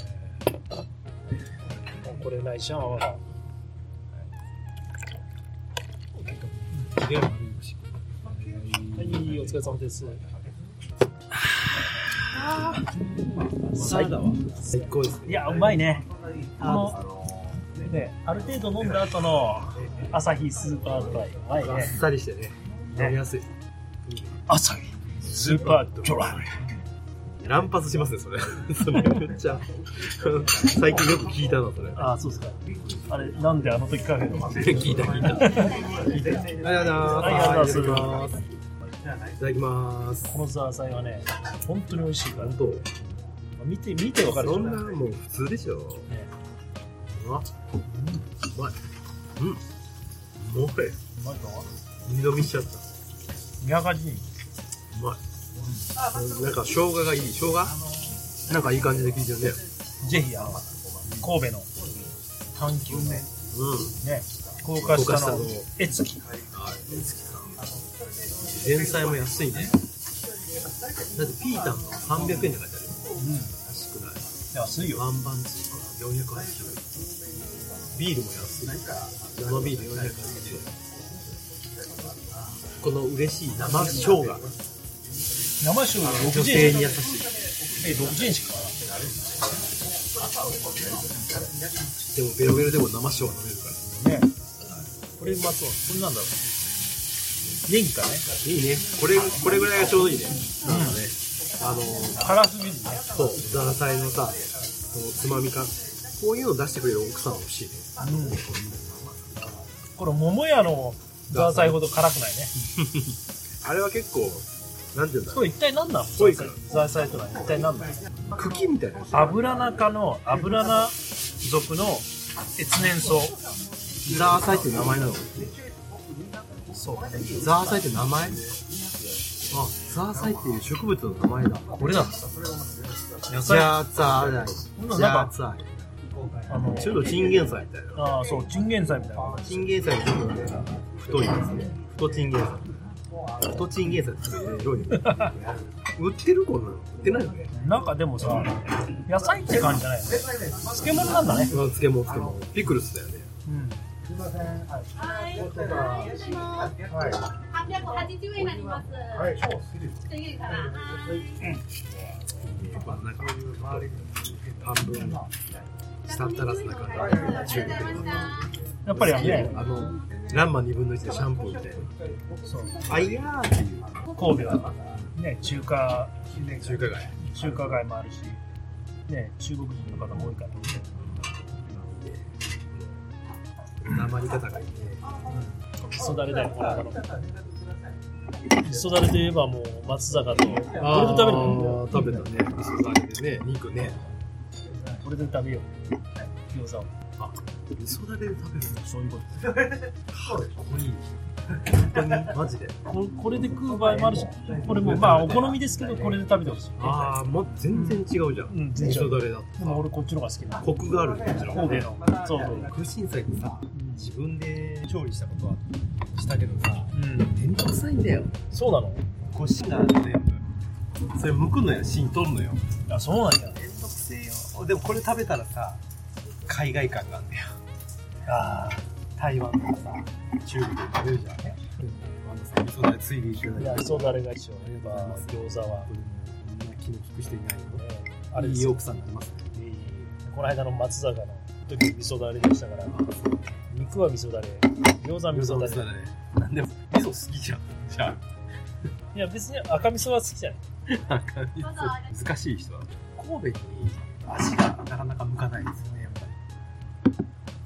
[SPEAKER 6] これないじゃん泡がはいお疲れ様です
[SPEAKER 3] サラダは
[SPEAKER 6] 最高です
[SPEAKER 3] いやうまいねあのねある程度飲んだ後の朝日スーパードライうまいね
[SPEAKER 6] さりしてね
[SPEAKER 3] 飲み
[SPEAKER 6] やすい
[SPEAKER 3] 朝日スーパードライ
[SPEAKER 6] 乱発しますねそれ それめっちゃ最近よく聞いたのそれ
[SPEAKER 3] ああそうですかあれなんであの時カフェのマス
[SPEAKER 6] 聞いた聞いたありがとうございます
[SPEAKER 3] ありがとうございます
[SPEAKER 6] いただきます
[SPEAKER 3] このザーサイはね本当に美味しいから
[SPEAKER 6] 本当
[SPEAKER 3] 見て見てわかるでし
[SPEAKER 6] そ
[SPEAKER 3] ょ
[SPEAKER 6] んなもう普通でしょ。
[SPEAKER 3] ね
[SPEAKER 6] うわ、うん、うまい。うん。うまい。
[SPEAKER 3] うまいか
[SPEAKER 6] 二度見しちゃった。
[SPEAKER 3] 宮川人
[SPEAKER 6] うまい。なんか生姜がいい。生姜なんかいい感じで効いてるね。
[SPEAKER 3] ぜひあの神戸の阪急のね
[SPEAKER 6] う
[SPEAKER 3] 高架
[SPEAKER 6] ん。
[SPEAKER 3] 下
[SPEAKER 6] た
[SPEAKER 3] の
[SPEAKER 6] の
[SPEAKER 3] えつき
[SPEAKER 6] 前菜も安いね。だってピータンが300円で買えたよ。安くない。
[SPEAKER 3] 安いよ
[SPEAKER 6] ワンバンチーが480円。ビールも安い。生ビール480円。この嬉しい生生姜。
[SPEAKER 3] 生醤油
[SPEAKER 6] 女
[SPEAKER 3] 60
[SPEAKER 6] 性
[SPEAKER 3] 円
[SPEAKER 6] に優しい。
[SPEAKER 3] え60円しか買わない
[SPEAKER 6] でもベロベロでも生塩が飲めるから
[SPEAKER 3] これうまそうこれなんだろうネギかね
[SPEAKER 6] いいねこれこれぐらいがちょうどいいねなんかねあのー
[SPEAKER 3] 辛すぎずね
[SPEAKER 6] そうザーサイのさこのつまみ感こういうの出してくれる奥さん欲しいね
[SPEAKER 3] これ桃屋のザーサイほど辛くないね
[SPEAKER 6] あれは結構なんていうんだ
[SPEAKER 3] こ
[SPEAKER 6] ろう
[SPEAKER 3] れ一体何なのザ
[SPEAKER 6] ぽ
[SPEAKER 3] ー
[SPEAKER 6] い
[SPEAKER 3] サイ
[SPEAKER 6] から
[SPEAKER 3] ザーサイとは一体何なの
[SPEAKER 6] 茎みたいなやつ
[SPEAKER 3] 油中の油菜属の越年草
[SPEAKER 6] ザーサイって名前なの
[SPEAKER 3] そう
[SPEAKER 6] ザーサイって名前あザーサイっていう植物の名前だ
[SPEAKER 3] 俺だった野
[SPEAKER 6] ジ
[SPEAKER 3] 菜
[SPEAKER 6] ャーツァーイジャーツァーイ
[SPEAKER 3] あの
[SPEAKER 6] ちょっとチンゲン菜みたいな
[SPEAKER 3] ああそうチンゲン菜みたいな
[SPEAKER 6] チンゲン菜の部分が太いですね。太チンゲン菜。太チンゲン菜って言って色いよね。 売ってるこんなの売ってないよね。
[SPEAKER 3] なんかでもさ野菜って感じじゃないよね漬物なんだね
[SPEAKER 6] あ漬物漬物。ピクルスだよね。
[SPEAKER 3] うん
[SPEAKER 5] 880円になります。はい。次から。はい。
[SPEAKER 6] やっぱなんか半分舌ったらすな感じで中国の
[SPEAKER 3] やっぱりあのね
[SPEAKER 6] あのランマ二分の一でシャンプーみたいな。
[SPEAKER 3] そう
[SPEAKER 6] あいやーっていう
[SPEAKER 3] 神戸はね中華ね
[SPEAKER 6] 中華街。
[SPEAKER 3] 中華街もあるしね中国人の方も多いから
[SPEAKER 6] なまり方がいいね。
[SPEAKER 7] 味噌だれだよこれから味噌だれといえばもう松坂とこれで食べるの
[SPEAKER 6] あー食べたね。味噌だれでね、肉ね。
[SPEAKER 3] これで食べよう餃子を
[SPEAKER 6] 味噌だれで食べる
[SPEAKER 3] そういうこと
[SPEAKER 6] ここに。本当にマジで。
[SPEAKER 3] ここれで食う場合もあるしこれもまあお好みですけどこれで食べてほしい
[SPEAKER 6] ああ、もう全然違うじゃん。
[SPEAKER 3] うん全
[SPEAKER 6] 味
[SPEAKER 3] 然
[SPEAKER 6] 噌だれだと。
[SPEAKER 3] でも俺こっちの方が好きなの
[SPEAKER 6] コクがあるね。こ
[SPEAKER 3] 神戸のそうそう
[SPEAKER 6] 空心菜ってさ、自分で調理したことはしたけどさ、
[SPEAKER 3] うん
[SPEAKER 6] めんどくさいんだよ。
[SPEAKER 3] そうなの
[SPEAKER 6] こしな全部。それ剥くのよ、芯取るのよ。
[SPEAKER 3] あそうなんだ
[SPEAKER 6] めんどくせえよ。でもこれ食べたらさ、海外感があんだよ。
[SPEAKER 3] あ
[SPEAKER 6] 台湾とかさ、中国で食べるじゃんね。あのさ味噌だれついでいただ
[SPEAKER 3] あい
[SPEAKER 6] い
[SPEAKER 3] や
[SPEAKER 6] て。
[SPEAKER 3] そうだれが一緒
[SPEAKER 6] ありがとうございます
[SPEAKER 3] 餃子は
[SPEAKER 6] これねこんな気の利く人いないよ。
[SPEAKER 3] あれで
[SPEAKER 6] い
[SPEAKER 3] す
[SPEAKER 6] い
[SPEAKER 3] よ
[SPEAKER 6] 奥さんになりますね。
[SPEAKER 3] いいこの間の松坂の時味噌だれでしたから肉は味噌だれ餃子は味噌だれ
[SPEAKER 6] だね。なんでも、味噌好きじゃん。じゃあ。
[SPEAKER 3] いや別に赤味噌は好きじゃない
[SPEAKER 6] 難しい人は神戸に足がなかなか向かないですよねやっぱ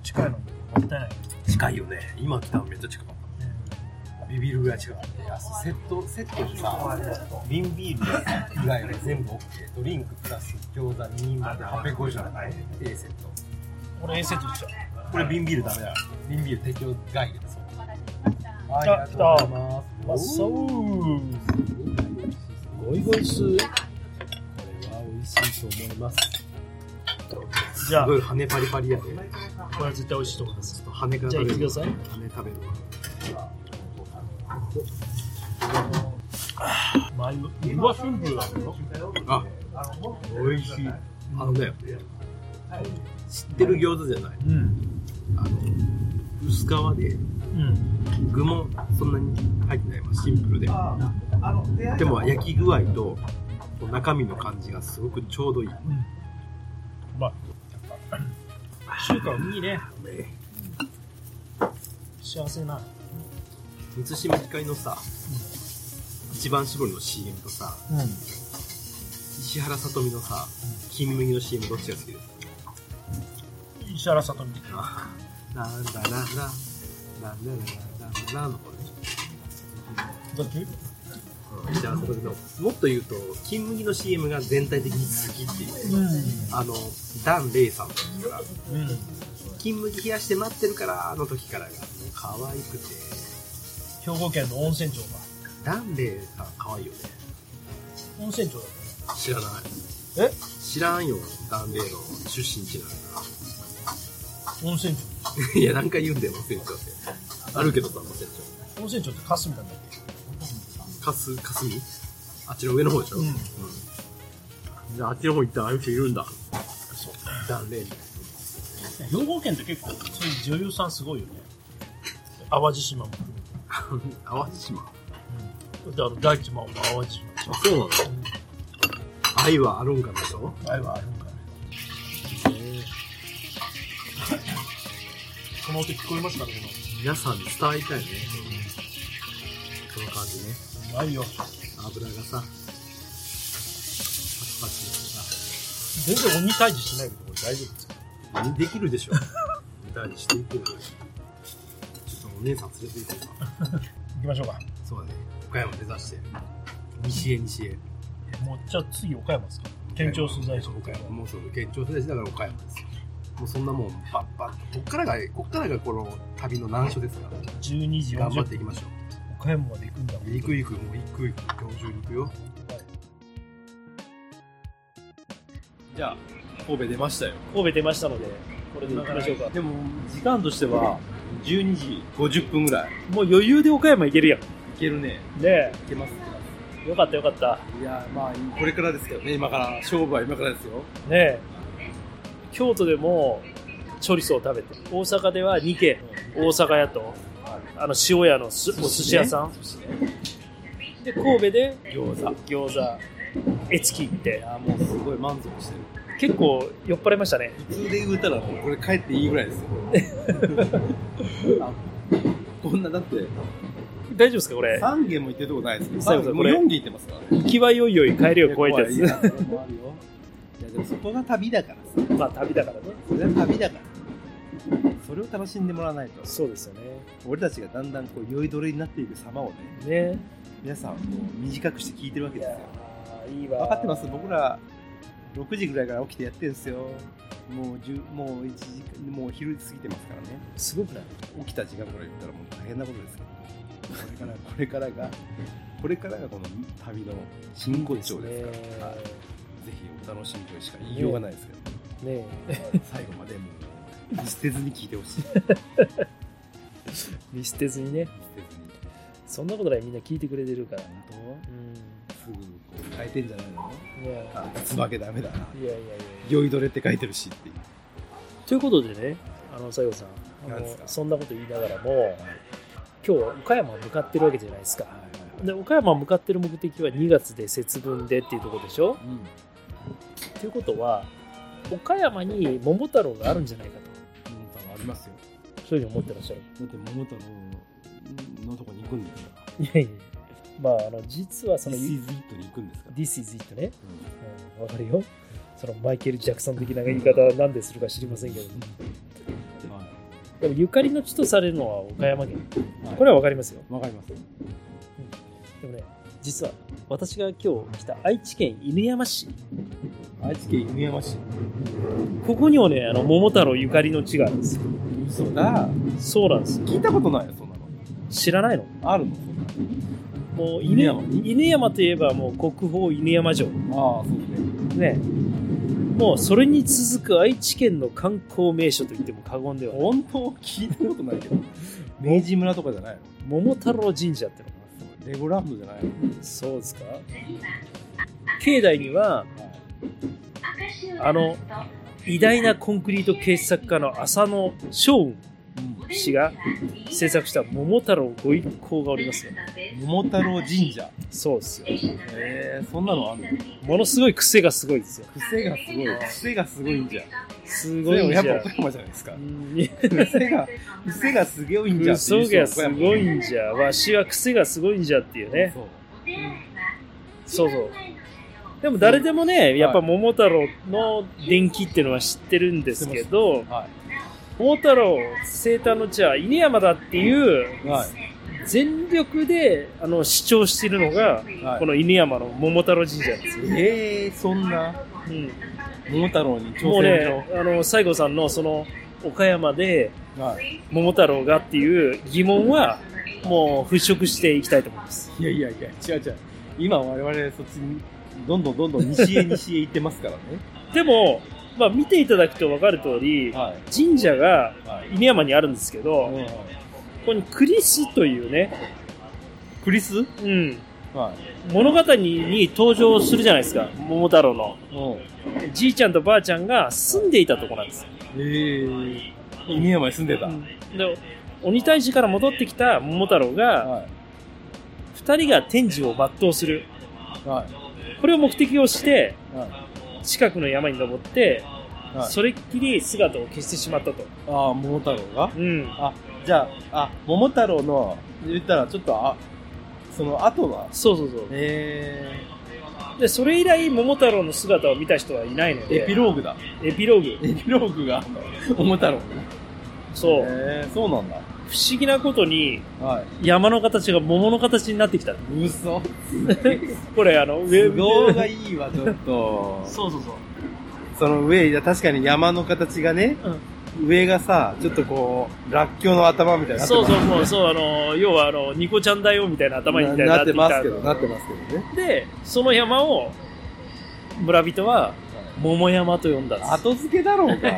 [SPEAKER 3] 近いのもったいない
[SPEAKER 6] り近いよね今来たのめっちゃ近かったビビるぐらい近かったいやセットセットでさ瓶ビビール以外は全部 OK ドリンクプラス餃子2まで850円 A セット
[SPEAKER 3] 俺 A セットでした
[SPEAKER 6] これ瓶ビビールダメだ瓶ビビール適用外でそう
[SPEAKER 5] お待たせしました。
[SPEAKER 3] あ
[SPEAKER 6] はいありがとうござ
[SPEAKER 3] あ
[SPEAKER 6] います
[SPEAKER 3] そうゴイゴイスー
[SPEAKER 6] これは美味しいと思います
[SPEAKER 3] じゃあ
[SPEAKER 6] すごい羽パリパリやで
[SPEAKER 3] これは絶対美味しいと思いま
[SPEAKER 6] ちょ
[SPEAKER 3] す
[SPEAKER 6] っと羽から
[SPEAKER 3] じゃあ
[SPEAKER 6] 食
[SPEAKER 3] 行
[SPEAKER 6] べ
[SPEAKER 3] ってくだ
[SPEAKER 6] る
[SPEAKER 3] さい
[SPEAKER 6] 羽食べる
[SPEAKER 3] マイうわシンプルなんだよ
[SPEAKER 6] あ、美味しい。あのね、知ってる餃子じゃない。
[SPEAKER 8] うん。
[SPEAKER 6] あの、薄皮で、
[SPEAKER 8] うん。
[SPEAKER 6] 具もそんなに入ってないわ、シンプルで。でも焼き具合と、こう中身の感じがすごくちょうどいい。
[SPEAKER 8] 中華いいね。幸せな。
[SPEAKER 6] 三島ひかりのさ、一番搾りの CM とさ、
[SPEAKER 8] うん。
[SPEAKER 6] 石原さとみのさ、金麦の CM どっちが好きです
[SPEAKER 8] 石原さとみ。
[SPEAKER 6] かなんだなんだ、なんだなんだなんだなんだの方でし
[SPEAKER 8] どっち
[SPEAKER 6] ょ。石原さとみの、もっと言うと、金麦の CM が全体的に好きっていう。
[SPEAKER 8] うん。
[SPEAKER 6] あの、ダン・レイさんの時から、
[SPEAKER 8] うん。
[SPEAKER 6] 金麦冷やして待ってるから、あの時からが、もう可愛くて、
[SPEAKER 8] 兵庫県の温泉町か。
[SPEAKER 6] ダン・レイさん可愛いよね。
[SPEAKER 8] 温泉町だっ
[SPEAKER 6] 知らない。
[SPEAKER 8] え
[SPEAKER 6] 知らんよ、ダン・レイの出身地なんだか
[SPEAKER 8] た温泉町。
[SPEAKER 6] ら。いや、なんか言うんだよ、店長って。あるけどさ、店長。
[SPEAKER 8] 温泉町って霞なんだっ
[SPEAKER 6] かす、かすみあっちの上の方でしょ
[SPEAKER 8] うん
[SPEAKER 6] じゃあ、あっちの方行ったらああいう人いるんだ。そう。ダン・レイ。
[SPEAKER 8] け兵庫県って結構、そういう女優さんすごいよね。淡路島も。
[SPEAKER 6] 淡路島。
[SPEAKER 8] だってあの、大地真央も淡路島。
[SPEAKER 6] あ、そうなの愛はあるんかなでしょ
[SPEAKER 8] 愛はあるんかね。この音聞こえましたね、
[SPEAKER 6] 皆さんに伝わりたいね。この感じね。
[SPEAKER 8] 今。愛よ。
[SPEAKER 6] 油がさ、パチパチさ、
[SPEAKER 8] 全然鬼退治しないけど、これ大丈夫ですか
[SPEAKER 6] できる でしょ。みたいにしていこうよ。ちょっとお姉さん連れて行こうか。
[SPEAKER 8] 行きましょうか。
[SPEAKER 6] そうだね。岡山目指して。西へ西へ。
[SPEAKER 8] もう、じゃあ次岡山ですか県庁所在所
[SPEAKER 6] 岡山。もうそう、県庁所在地だから岡山ですよ。もうそんなもん、バッバッと。こっからが、こっからがこの旅の難所ですから。
[SPEAKER 8] 12時
[SPEAKER 6] 頑張
[SPEAKER 8] 40
[SPEAKER 6] ってい
[SPEAKER 8] 分。
[SPEAKER 6] きましょ
[SPEAKER 8] 岡山まで行くんだ。
[SPEAKER 6] う。行く行く、もう行く行く、今日中に行くよ。
[SPEAKER 4] じゃあ神戸出ましたよ
[SPEAKER 3] 神戸出ましたので、これで行きましょうか。
[SPEAKER 4] でも時間としては12時50分ぐらい
[SPEAKER 3] もう余裕で岡山行けるやん。ね
[SPEAKER 4] いけるね
[SPEAKER 3] え。
[SPEAKER 4] いけます
[SPEAKER 3] よかったよかった。
[SPEAKER 4] いやまあこれからですけどね今から勝負は今からですよ
[SPEAKER 3] ねえ。京都でも、チョリソを食べて、大阪では2軒、大阪屋と、あの、塩屋のすお寿司屋さん。で、神戸で
[SPEAKER 4] 餃子
[SPEAKER 3] 餃子、絵付き行って、
[SPEAKER 4] あもうすごい満足してる
[SPEAKER 3] 結構酔っ払いましたね。
[SPEAKER 4] 普通で言うたらもうこれ帰っていいぐらいですよ あこんなだって
[SPEAKER 3] 大丈夫ですかこれ。
[SPEAKER 4] 3軒も行ってるとこないですけど
[SPEAKER 3] そう
[SPEAKER 4] 三
[SPEAKER 3] そう
[SPEAKER 4] 軒
[SPEAKER 3] こ
[SPEAKER 4] もう
[SPEAKER 3] れ
[SPEAKER 4] 4軒行ってますからね
[SPEAKER 3] 行きはよいよい帰りを超えて
[SPEAKER 4] い
[SPEAKER 3] や
[SPEAKER 4] や怖いいやそれもあるよいやでもそこが旅だからさ
[SPEAKER 3] つ。まあ、旅だからね。
[SPEAKER 4] それは旅だからそれを楽しんでもらわないと
[SPEAKER 3] そうですよ
[SPEAKER 4] 俺たちがだんだんこう酔いどれになっていく様をね
[SPEAKER 3] ね。ね
[SPEAKER 4] 皆さんもう短くして聞いてるわけ
[SPEAKER 3] い
[SPEAKER 4] です
[SPEAKER 3] や
[SPEAKER 4] よ
[SPEAKER 3] ーいいわ。
[SPEAKER 4] 分かってます僕ら6時ぐらいから起きてやってるんですよもう10もう1時間もう昼過ぎてますからね
[SPEAKER 3] す。すごくない
[SPEAKER 4] 起きた時間から言ったらもう大変なことですけどこれからこれからがこれからがこの旅の真骨頂ですから、はい
[SPEAKER 3] ね
[SPEAKER 4] ぜひお楽しみとしか言いようがないですけど、
[SPEAKER 3] えね
[SPEAKER 4] 最後までもう捨てずに聞いてほしい捨て
[SPEAKER 3] え見捨てずにね。
[SPEAKER 4] ずに
[SPEAKER 3] そんなことないみんな聞いてくれてるから。
[SPEAKER 4] 本
[SPEAKER 3] うん。
[SPEAKER 4] 当すぐこう変えてんじゃないの
[SPEAKER 3] いやいやい
[SPEAKER 4] あつばけダメだな
[SPEAKER 3] やいやいや。
[SPEAKER 4] 酔いどれって書いてるしっていう
[SPEAKER 3] ということでね、あの、西郷さん、あ
[SPEAKER 4] なんで
[SPEAKER 3] の
[SPEAKER 4] すか
[SPEAKER 3] そんなこと言いながらも、今日は岡山向かってるわけじゃないですか。
[SPEAKER 4] はいはい
[SPEAKER 3] で岡山向かってる目的は2月で節分でっていうところでしょ
[SPEAKER 4] うん
[SPEAKER 3] ということは岡山に桃太郎があるんじゃないか
[SPEAKER 4] 桃太郎ありますよ
[SPEAKER 3] とそういうふうに思ってらっしゃる
[SPEAKER 4] だって桃太郎のとこに行くんですから
[SPEAKER 3] いやいやまああの実はその
[SPEAKER 4] This
[SPEAKER 3] This
[SPEAKER 4] is it に行くんですから、
[SPEAKER 3] is it ねう
[SPEAKER 4] うん
[SPEAKER 3] んわ、かるよそのマイケル・ジャクソン的な言い方は何でするか知りませんけれども
[SPEAKER 4] はい
[SPEAKER 3] でもゆかりの地とされるのは岡山県
[SPEAKER 4] はい
[SPEAKER 3] これはわかりますよ
[SPEAKER 4] わかります。
[SPEAKER 3] でもね実は私が今日来た愛知県犬山市
[SPEAKER 4] 愛知県犬山市。
[SPEAKER 3] ここにもねあの桃太郎ゆかりの地があるんですよ
[SPEAKER 4] 嘘だ。
[SPEAKER 3] そうなんですよ
[SPEAKER 4] 聞いたことないよ、そんなの。
[SPEAKER 3] 知らないの
[SPEAKER 4] あるの
[SPEAKER 3] もう
[SPEAKER 4] 犬
[SPEAKER 3] 犬
[SPEAKER 4] 山
[SPEAKER 3] 山犬山といえばもう国宝犬山城
[SPEAKER 4] ああ、そうですね。
[SPEAKER 3] ねもうそれに続く愛知県の観光名所と言っても過言ではない
[SPEAKER 4] 本当聞いたことないけど。明治村とかじゃないの
[SPEAKER 3] 桃太郎神社ってのが
[SPEAKER 4] レゴランドじゃないの
[SPEAKER 3] そうですか境内にはあの偉大なコンクリート傑作家の浅野翔雲氏が制作した桃太郎ご一行がおりますよ
[SPEAKER 4] 桃太郎神社。
[SPEAKER 3] そうですよ
[SPEAKER 4] えー、そんなのあんの
[SPEAKER 3] ものすごい癖がすごいですよ
[SPEAKER 4] 癖がすごい。癖がすごいんじゃ。
[SPEAKER 3] す
[SPEAKER 4] そ
[SPEAKER 3] ご
[SPEAKER 4] れ
[SPEAKER 3] い
[SPEAKER 4] も
[SPEAKER 3] んじ
[SPEAKER 4] や
[SPEAKER 3] ゃ
[SPEAKER 4] っぱ岡山じゃないですか
[SPEAKER 3] う。ん
[SPEAKER 4] 癖が、癖がすごいんじゃって
[SPEAKER 3] 嘘
[SPEAKER 4] いう人は
[SPEAKER 3] が
[SPEAKER 4] 岡
[SPEAKER 3] す
[SPEAKER 4] 山。
[SPEAKER 3] ごいんじゃわしは癖がすごいんじゃっていうね
[SPEAKER 4] そう。
[SPEAKER 3] そうそうでも誰でもねやっぱ桃太郎の伝記っていうのは知ってるんですけど
[SPEAKER 4] は
[SPEAKER 3] 桃太郎生誕の地は稲山だっていう
[SPEAKER 4] い。はい。
[SPEAKER 3] 全力であの主張してるのが
[SPEAKER 4] はい
[SPEAKER 3] この犬山の桃太郎神社なんですよ、
[SPEAKER 4] えー、そんな、
[SPEAKER 3] う
[SPEAKER 4] 桃太郎に
[SPEAKER 3] ん、
[SPEAKER 4] 挑
[SPEAKER 3] もう
[SPEAKER 4] 戦
[SPEAKER 3] ねあの西郷さんのその岡山で
[SPEAKER 4] 状。はい。
[SPEAKER 3] 桃太郎がっていう疑問はもう払拭していきたいと思います
[SPEAKER 4] いやいやいや、違う違う。今我々そっちに、どんどんどんどん西へ西へ行ってますからね。
[SPEAKER 3] でも、まあ、見ていただくと分かる通り
[SPEAKER 4] は
[SPEAKER 3] 神社が
[SPEAKER 4] い。はい。
[SPEAKER 3] 犬山にあるんですけど、
[SPEAKER 4] う
[SPEAKER 3] こ
[SPEAKER 4] んはい
[SPEAKER 3] こにクリスというね、
[SPEAKER 4] クリス
[SPEAKER 3] うん、
[SPEAKER 4] は
[SPEAKER 3] 物語に登場するじゃないですか桃太郎の
[SPEAKER 4] い。うん。
[SPEAKER 3] じいちゃんとばあちゃんが住んでいたとこなんですよ
[SPEAKER 4] ええー。犬山に住んでた。
[SPEAKER 3] で鬼退治から戻ってきた桃太郎が
[SPEAKER 4] は
[SPEAKER 3] 2人が天寿を全うする
[SPEAKER 4] い。は
[SPEAKER 3] これを目的をして
[SPEAKER 4] い。はい。
[SPEAKER 3] 近くの山に登って、
[SPEAKER 4] はい
[SPEAKER 3] それっきり姿を消してしまったと、
[SPEAKER 4] ああ、桃太郎が
[SPEAKER 3] うん、
[SPEAKER 4] あ、じゃあ、あ、桃太郎の、言ったらちょっと、あ、その後が。
[SPEAKER 3] そうそうそう
[SPEAKER 4] え
[SPEAKER 3] でそれ以来桃太郎の姿を見た人はいないの
[SPEAKER 4] ー、
[SPEAKER 3] で
[SPEAKER 4] エピローグだ。
[SPEAKER 3] エピローグ
[SPEAKER 4] エピローグが、桃太郎。
[SPEAKER 3] そう、
[SPEAKER 4] えー、そうなんだ。
[SPEAKER 3] 不思議なことに
[SPEAKER 4] はい。
[SPEAKER 3] 山の形が桃の形になってきた
[SPEAKER 4] 嘘。
[SPEAKER 3] これあのウェ
[SPEAKER 4] 都
[SPEAKER 3] ブ
[SPEAKER 4] 合がいいわ、ちょっと。
[SPEAKER 9] そうそうそう。
[SPEAKER 4] その上、確かに山の形がね、上がさ、ちょっとこう、らっきょうの頭みたいになって
[SPEAKER 3] そう
[SPEAKER 4] ます
[SPEAKER 3] そうもうそうあの要はあのニコちゃんだよみたいな頭みたいに
[SPEAKER 4] な
[SPEAKER 3] な
[SPEAKER 4] っ
[SPEAKER 3] っててき
[SPEAKER 4] ます
[SPEAKER 3] た
[SPEAKER 4] けど、なってますけどね。
[SPEAKER 3] でその山を村人は桃山と呼んだんです
[SPEAKER 4] 後付けだろう が。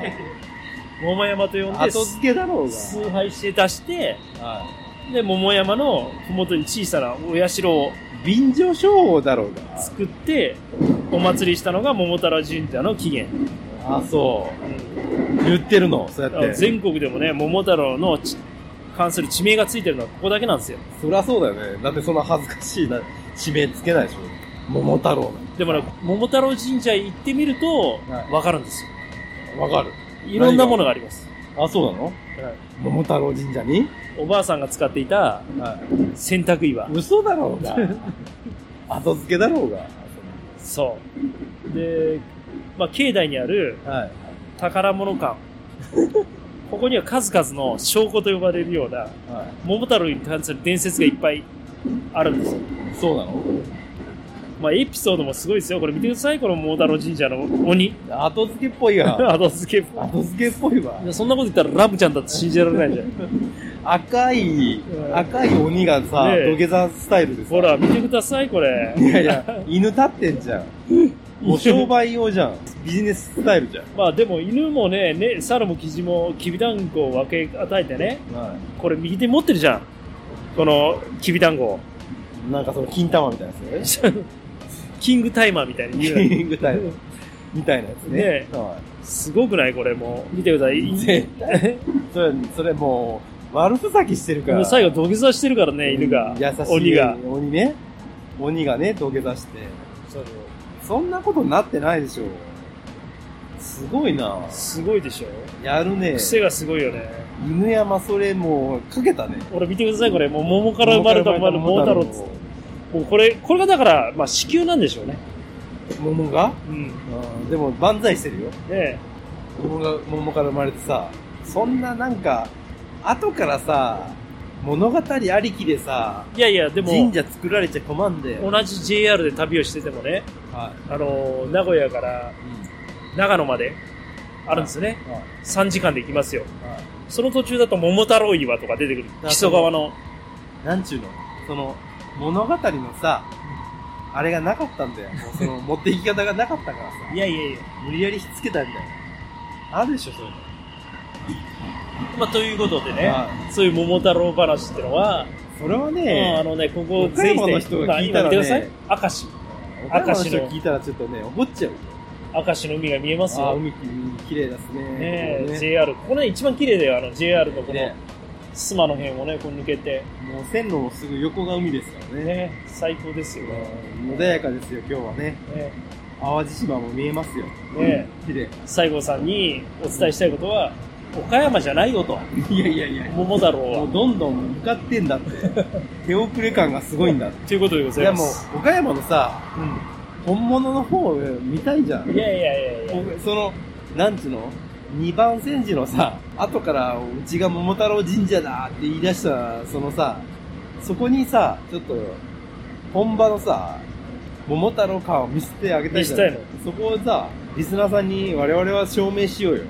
[SPEAKER 3] 桃山と呼んで
[SPEAKER 4] 後付けだろう
[SPEAKER 3] 崇拝して出して
[SPEAKER 4] が。はい。
[SPEAKER 3] で桃山の麓に小さなお社を
[SPEAKER 4] 便乗商法だろうが。
[SPEAKER 3] 作ってお祭りしたのが桃太郎神社の起源、
[SPEAKER 4] あ、そう。言ってるの、そうやって。
[SPEAKER 3] 全国でもね桃太郎のち関する地名がついてるのはここだけなんですよ
[SPEAKER 4] そりゃそうだよね。だってそんな恥ずかしいな、地名つけないでしょ。桃太郎
[SPEAKER 3] でもね桃太郎神社へ行ってみると
[SPEAKER 4] はい
[SPEAKER 3] 分かるんですよ
[SPEAKER 4] なわかる。
[SPEAKER 3] いろんなものがあります
[SPEAKER 4] あ、そうなの桃太郎神社に
[SPEAKER 3] おばあさんが使っていた
[SPEAKER 4] はい。
[SPEAKER 3] 洗濯岩
[SPEAKER 4] 嘘だろ うが。後付けだろうが。
[SPEAKER 3] そう。で、まあ、境内にある
[SPEAKER 4] はい。
[SPEAKER 3] 宝物館。 ここには数々の証拠と呼ばれるような、
[SPEAKER 4] は
[SPEAKER 3] 桃太郎に関する伝説がいっぱいあるんですよ。
[SPEAKER 4] い。そうなの
[SPEAKER 3] まあ、エピソードもすごいですよ。これ見てください、この桃太郎神社の鬼。
[SPEAKER 4] 後付けっぽい わ。
[SPEAKER 3] 後付け。
[SPEAKER 4] 後付けっぽいわ
[SPEAKER 3] い。やそんなこと言ったらラムちゃんだって信じられないじゃん。
[SPEAKER 4] 赤い、赤い鬼がさ、
[SPEAKER 3] ねえ
[SPEAKER 4] 土下座スタイルでさ。
[SPEAKER 3] ほら、見てください、これ。
[SPEAKER 4] いやいや、犬立ってん じゃん。もう商売用じゃん。ビジネススタイ ルじゃん。
[SPEAKER 3] まあでも犬もね、ね、猿もキジもきびだんごを分け与えてね、
[SPEAKER 4] は
[SPEAKER 3] これ右手に持ってるじゃん。このきびだんごを。
[SPEAKER 4] い。なんかその金玉みたいなやつ
[SPEAKER 3] キングタイマーみたいに 言う
[SPEAKER 4] ね。キングタイルみたいなやつね。
[SPEAKER 3] ね
[SPEAKER 4] は
[SPEAKER 3] すごくないこれもう。見てください。
[SPEAKER 4] い。絶対。それ、それもう、悪ふざけしてるから。
[SPEAKER 3] 最後土下座してるからね、犬が。
[SPEAKER 4] 優しい。
[SPEAKER 3] 鬼が。。
[SPEAKER 4] 鬼ね。鬼がね、土下座して。
[SPEAKER 3] そうそう
[SPEAKER 4] そんなことになってないでしょ。すごいな
[SPEAKER 3] すごいでしょ
[SPEAKER 4] やるね。
[SPEAKER 3] 癖がすごいよね。
[SPEAKER 4] 犬山、それもう、かけたね。
[SPEAKER 3] 俺見てください、これ。もう桃から生まれた生まれた桃太郎っつって。もうこれ、これがだから、まあ子宮なんでしょうね。
[SPEAKER 4] 桃が
[SPEAKER 3] うん。ね
[SPEAKER 4] うんでも万歳してるよ
[SPEAKER 3] え
[SPEAKER 4] 桃が桃から生まれてさそんななんか後からさ物語ありきでさ
[SPEAKER 3] いやいや、でも、
[SPEAKER 4] 神社作られちゃ困んで、
[SPEAKER 3] 同じ JR で旅をしててもね、
[SPEAKER 4] は
[SPEAKER 3] あのー名古屋から長野まであるんですよね。
[SPEAKER 4] いはい
[SPEAKER 3] 3時間で行きますよ。
[SPEAKER 4] は
[SPEAKER 3] その途中だと桃太郎岩とか出てくる。
[SPEAKER 4] あ
[SPEAKER 3] 木曽川の。
[SPEAKER 4] なんちゅうのその物語のさあれがなかったんだよもうその持っていき方がなかったから さ
[SPEAKER 3] いやいやいや。
[SPEAKER 4] 無理やりひっつけたみたいなあるでしょそういうの
[SPEAKER 3] まあ、ということでね、
[SPEAKER 4] は
[SPEAKER 3] そういう桃太郎話ってのは、
[SPEAKER 4] それは
[SPEAKER 3] まああ
[SPEAKER 4] ね
[SPEAKER 3] のね、ここ
[SPEAKER 4] 岡山の人が聞いたら
[SPEAKER 3] 今今見てく
[SPEAKER 4] ね
[SPEAKER 3] ださい。明石。
[SPEAKER 4] 岡山の
[SPEAKER 3] 明
[SPEAKER 4] 人
[SPEAKER 3] 石の
[SPEAKER 4] 聞いたらちょっとね怒っちゃうよ
[SPEAKER 3] 明石の海が見えます
[SPEAKER 4] あ
[SPEAKER 3] よ。
[SPEAKER 4] 海綺麗ですね。
[SPEAKER 3] ね
[SPEAKER 4] ここ
[SPEAKER 3] え、
[SPEAKER 4] ね
[SPEAKER 3] JR。ここね、一番綺麗だよ、あの JR のこの
[SPEAKER 4] ね、
[SPEAKER 3] 須磨の辺をね、こう抜けて。
[SPEAKER 4] もう線路のすぐ横が海ですからね。
[SPEAKER 3] ね最高ですよね。
[SPEAKER 4] 穏やかですよ、今日はね。
[SPEAKER 3] ね
[SPEAKER 4] 淡路島も見えますよ。
[SPEAKER 3] ね
[SPEAKER 4] 綺麗。
[SPEAKER 3] 西郷さんにお伝えしたいことは、岡山じゃないよと、
[SPEAKER 4] いやいやいや。
[SPEAKER 3] 桃太郎
[SPEAKER 4] もう
[SPEAKER 3] は。
[SPEAKER 4] どんどん向かってん だって。手遅れ感がすごいんだって。
[SPEAKER 3] ということでご
[SPEAKER 4] い
[SPEAKER 3] ざい
[SPEAKER 4] や
[SPEAKER 3] ま
[SPEAKER 4] も
[SPEAKER 3] す。
[SPEAKER 4] う、岡山のさ、本物の方を見たいじゃん。
[SPEAKER 3] いやいやいやいや。
[SPEAKER 4] 僕その、なんちゅうの二番煎じのさ、後からうちが桃太郎神社だって言い出した、そのさ、そこにさ、ちょっと、本場のさ、桃太郎感を見せてあげたいじゃん
[SPEAKER 3] 見せたい
[SPEAKER 4] そこをさ、リスナーさんに我々は証明しようよ。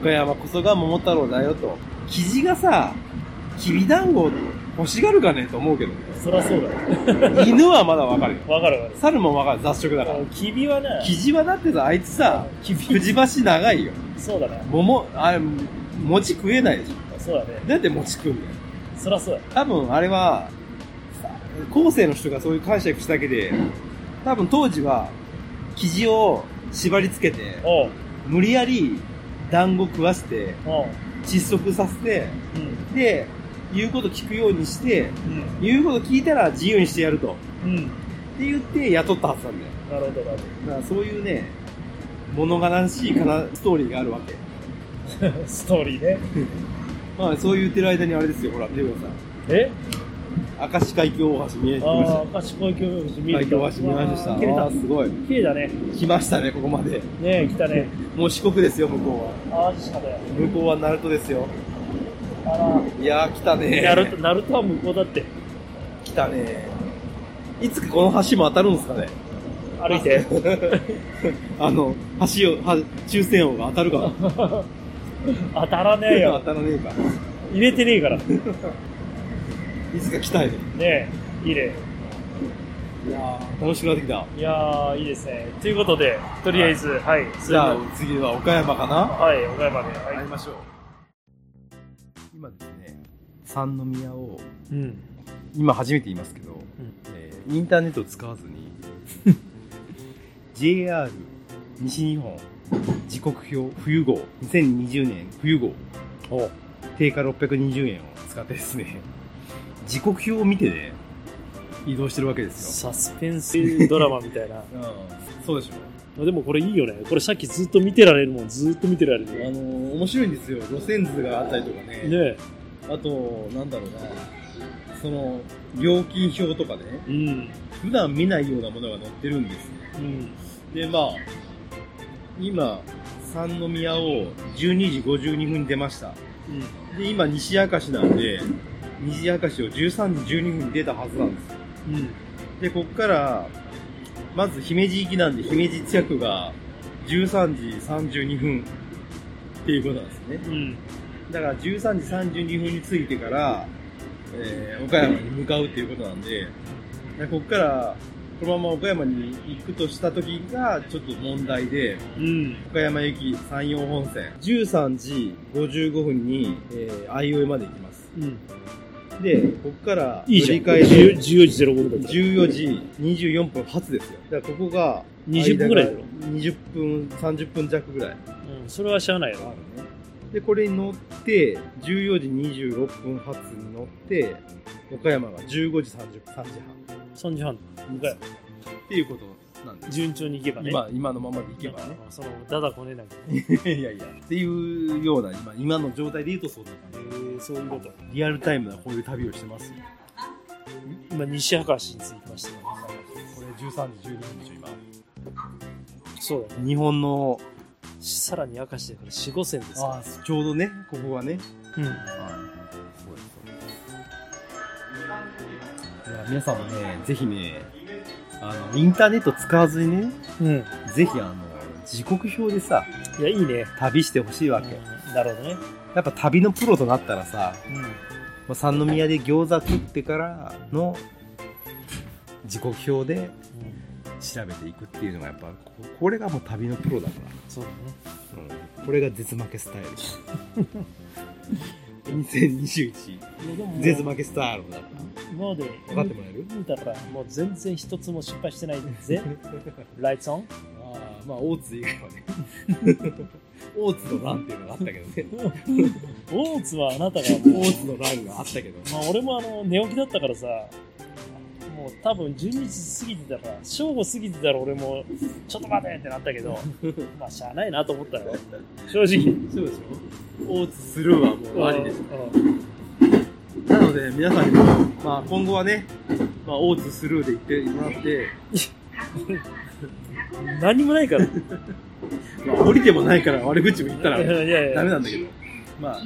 [SPEAKER 4] 岡山こそが桃太郎だよと。生地がさ、きび団子を欲しがるかねと思うけど、
[SPEAKER 3] そりゃそうだ。
[SPEAKER 4] 犬はまだわかるよ。
[SPEAKER 3] わかるわ
[SPEAKER 4] 猿もわかる、雑食だか
[SPEAKER 3] からる。。きびはね、
[SPEAKER 4] 生地はだってさ、あいつさ、くじばし長いよ。
[SPEAKER 3] そうだね。
[SPEAKER 4] 桃、あれ、餅食えないでしょ。
[SPEAKER 3] そうだね。
[SPEAKER 4] どうやって餅食うんだよ。
[SPEAKER 3] そりゃそうだ。
[SPEAKER 4] 多分あれは、さ後世の人がそういう解釈しただけで、多分当時は、生地を縛り付けて、
[SPEAKER 3] おう、
[SPEAKER 4] 無理やり団子食わせて、
[SPEAKER 3] おう、
[SPEAKER 4] 窒息させて、
[SPEAKER 3] うん、
[SPEAKER 4] で、言うこと聞くようにして、
[SPEAKER 3] うん、
[SPEAKER 4] 言うこと聞いたら自由にしてやると。
[SPEAKER 3] うん。
[SPEAKER 4] って言って雇ったはずなんだよ。
[SPEAKER 3] なるほど、なる
[SPEAKER 4] だからそういうね、物悲しいかなストーリーがあるわけ。
[SPEAKER 3] ほど。ストーリーね。
[SPEAKER 4] まあそう言ってる間にあれですよ、ほら、見てください。
[SPEAKER 3] え
[SPEAKER 4] 明石海峡大橋見えてきました
[SPEAKER 3] あ。あ、貸し公共富士見
[SPEAKER 4] 海
[SPEAKER 3] る
[SPEAKER 4] 峡大橋見えました。
[SPEAKER 3] 切れ
[SPEAKER 4] あ
[SPEAKER 3] た
[SPEAKER 4] ー。すごい。
[SPEAKER 3] 綺麗だね。
[SPEAKER 4] 来ましたね、ここまで。
[SPEAKER 3] ねえ、来たね。
[SPEAKER 4] もう四国ですよ、向こう
[SPEAKER 3] ああ、しかだよ。
[SPEAKER 4] は。向こうは鳴門ですよ。
[SPEAKER 3] あ
[SPEAKER 4] いやー、来たね
[SPEAKER 3] ら、ナルト、ナルトは向こうだって。
[SPEAKER 4] 来たねいつかこの橋も当たるんですかね
[SPEAKER 3] 歩いて。
[SPEAKER 4] あの、橋を、は抽選王が当たるかな
[SPEAKER 3] 当たらねえ
[SPEAKER 4] 当
[SPEAKER 3] よ。
[SPEAKER 4] たらねえか。
[SPEAKER 3] 入れてねえから。ね
[SPEAKER 4] いつか来たいね。
[SPEAKER 3] え、いいね。
[SPEAKER 4] いやー、楽しくなってきた。
[SPEAKER 3] いやー、いいですね。ということで、とりあえず、はい。それ
[SPEAKER 4] じ
[SPEAKER 3] で
[SPEAKER 4] ゃ
[SPEAKER 3] は
[SPEAKER 4] あ、次は岡山かな
[SPEAKER 3] はい、岡山で。は
[SPEAKER 4] 会
[SPEAKER 3] い。
[SPEAKER 4] いましょう。今ですね、三宮を、
[SPEAKER 3] うん。
[SPEAKER 4] 今初めて言いますけど、えーインターネットを使わずに JR 西日本時刻表冬号2020年冬号定価620円を使ってですね時刻表を見てね移動してるわけですよ、
[SPEAKER 3] サスペンスドラマみたいな。
[SPEAKER 4] うん、そうでしょ
[SPEAKER 3] あ でもこれいいよね。これさっきずっと見てられるもん。ずっと見てられる
[SPEAKER 4] あ
[SPEAKER 3] ね。
[SPEAKER 4] のー面白いんですよ路線図があったりとかね
[SPEAKER 3] ね
[SPEAKER 4] あとなんだろうなその料金表とかね
[SPEAKER 3] うん。
[SPEAKER 4] 普段見ないようなものが載ってるんですね
[SPEAKER 3] うん。
[SPEAKER 4] で、まあ、今、三宮を12時52分に出ました。で、今、西明石なんで、西明石を13時12分に出たはずなんですよ。
[SPEAKER 3] うん。
[SPEAKER 4] で、こっから、まず姫路行きなんで、姫路着が13時32分っていうことなんですね。
[SPEAKER 3] うん。
[SPEAKER 4] だから13時32分に着いてから、えー岡山に向かうっていうことなんで、でこっから、このまま岡山に行くとした時がちょっと問題で、
[SPEAKER 3] うん。
[SPEAKER 4] 岡山行き山陽本線13時55分に、えー、相生まで行きます
[SPEAKER 3] うん。
[SPEAKER 4] でここから
[SPEAKER 3] いいじゃん。
[SPEAKER 4] 乗り換
[SPEAKER 3] 14
[SPEAKER 4] えで
[SPEAKER 3] 時05分だったら。
[SPEAKER 4] 14時24分発ですよだからここが
[SPEAKER 3] 20分ぐらいだろ
[SPEAKER 4] 間が20分30分弱ぐらい
[SPEAKER 3] うん。それはしゃあないよ
[SPEAKER 4] あ
[SPEAKER 3] な。
[SPEAKER 4] るねでこれに乗って14時26分発に乗って岡山が15時30分3時
[SPEAKER 3] 3時半。
[SPEAKER 4] 半
[SPEAKER 3] 岡山
[SPEAKER 4] っていうことなんです
[SPEAKER 3] 順調に行けばね。
[SPEAKER 4] 今今のままでいけばね
[SPEAKER 3] その、だだこねない。
[SPEAKER 4] いやいやっていうような今今の状態で言うとそんな感じ
[SPEAKER 3] えー、そういうこと。
[SPEAKER 4] リアルタイムなこういう旅をしてますよ。
[SPEAKER 3] 今、西明石に着きましたね。
[SPEAKER 4] これ13時12分でしょ、
[SPEAKER 3] そうだね。
[SPEAKER 4] 今。日本の、
[SPEAKER 3] さらに明石だから4、5線ですか
[SPEAKER 4] ちょうどね、ここがね。
[SPEAKER 3] ら。うん。
[SPEAKER 4] いや、皆さんもね、ぜひね、あの、インターネット使わずにね、
[SPEAKER 3] うん。
[SPEAKER 4] ぜひあの、時刻表でさ、
[SPEAKER 3] いや、いいね。
[SPEAKER 4] 旅してほしいわけ。
[SPEAKER 3] うんなるほどね。
[SPEAKER 4] やっぱ旅のプロとなったらさ、
[SPEAKER 3] うん。
[SPEAKER 4] まあ三宮で餃子食ってからの時刻表で調べていくっていうのがやっぱ、ここれがもう旅のプロだから。
[SPEAKER 3] そうだね。
[SPEAKER 4] これが絶負けス タイル2021
[SPEAKER 3] いやでももう
[SPEAKER 4] 絶負けスタイルだ
[SPEAKER 3] 今まで
[SPEAKER 4] 分かってもらえる
[SPEAKER 3] 見たからもう全然一つも失敗してないぜライツオン
[SPEAKER 4] ああまあ大津以外は ね大津の乱っていうのがあったけどね
[SPEAKER 3] 大津はあなたがもう、
[SPEAKER 4] 大津の乱があったけど
[SPEAKER 3] まあ、俺もあの寝起きだったからさもう多分12時過ぎてたから正午過ぎてたら俺もちょっと待てってなったけ どまあしゃあないなと思ったよ正直
[SPEAKER 4] そうでしょ大津スルーはもうありです
[SPEAKER 3] うん
[SPEAKER 4] なので皆さんにも、まあ、今後はね、まあ、大津スルーで行ってもらって、
[SPEAKER 3] 何もないからい
[SPEAKER 4] まあ、降りても ないから悪口も言った ら
[SPEAKER 3] やいやいや
[SPEAKER 4] ダメなんだけど、まあ、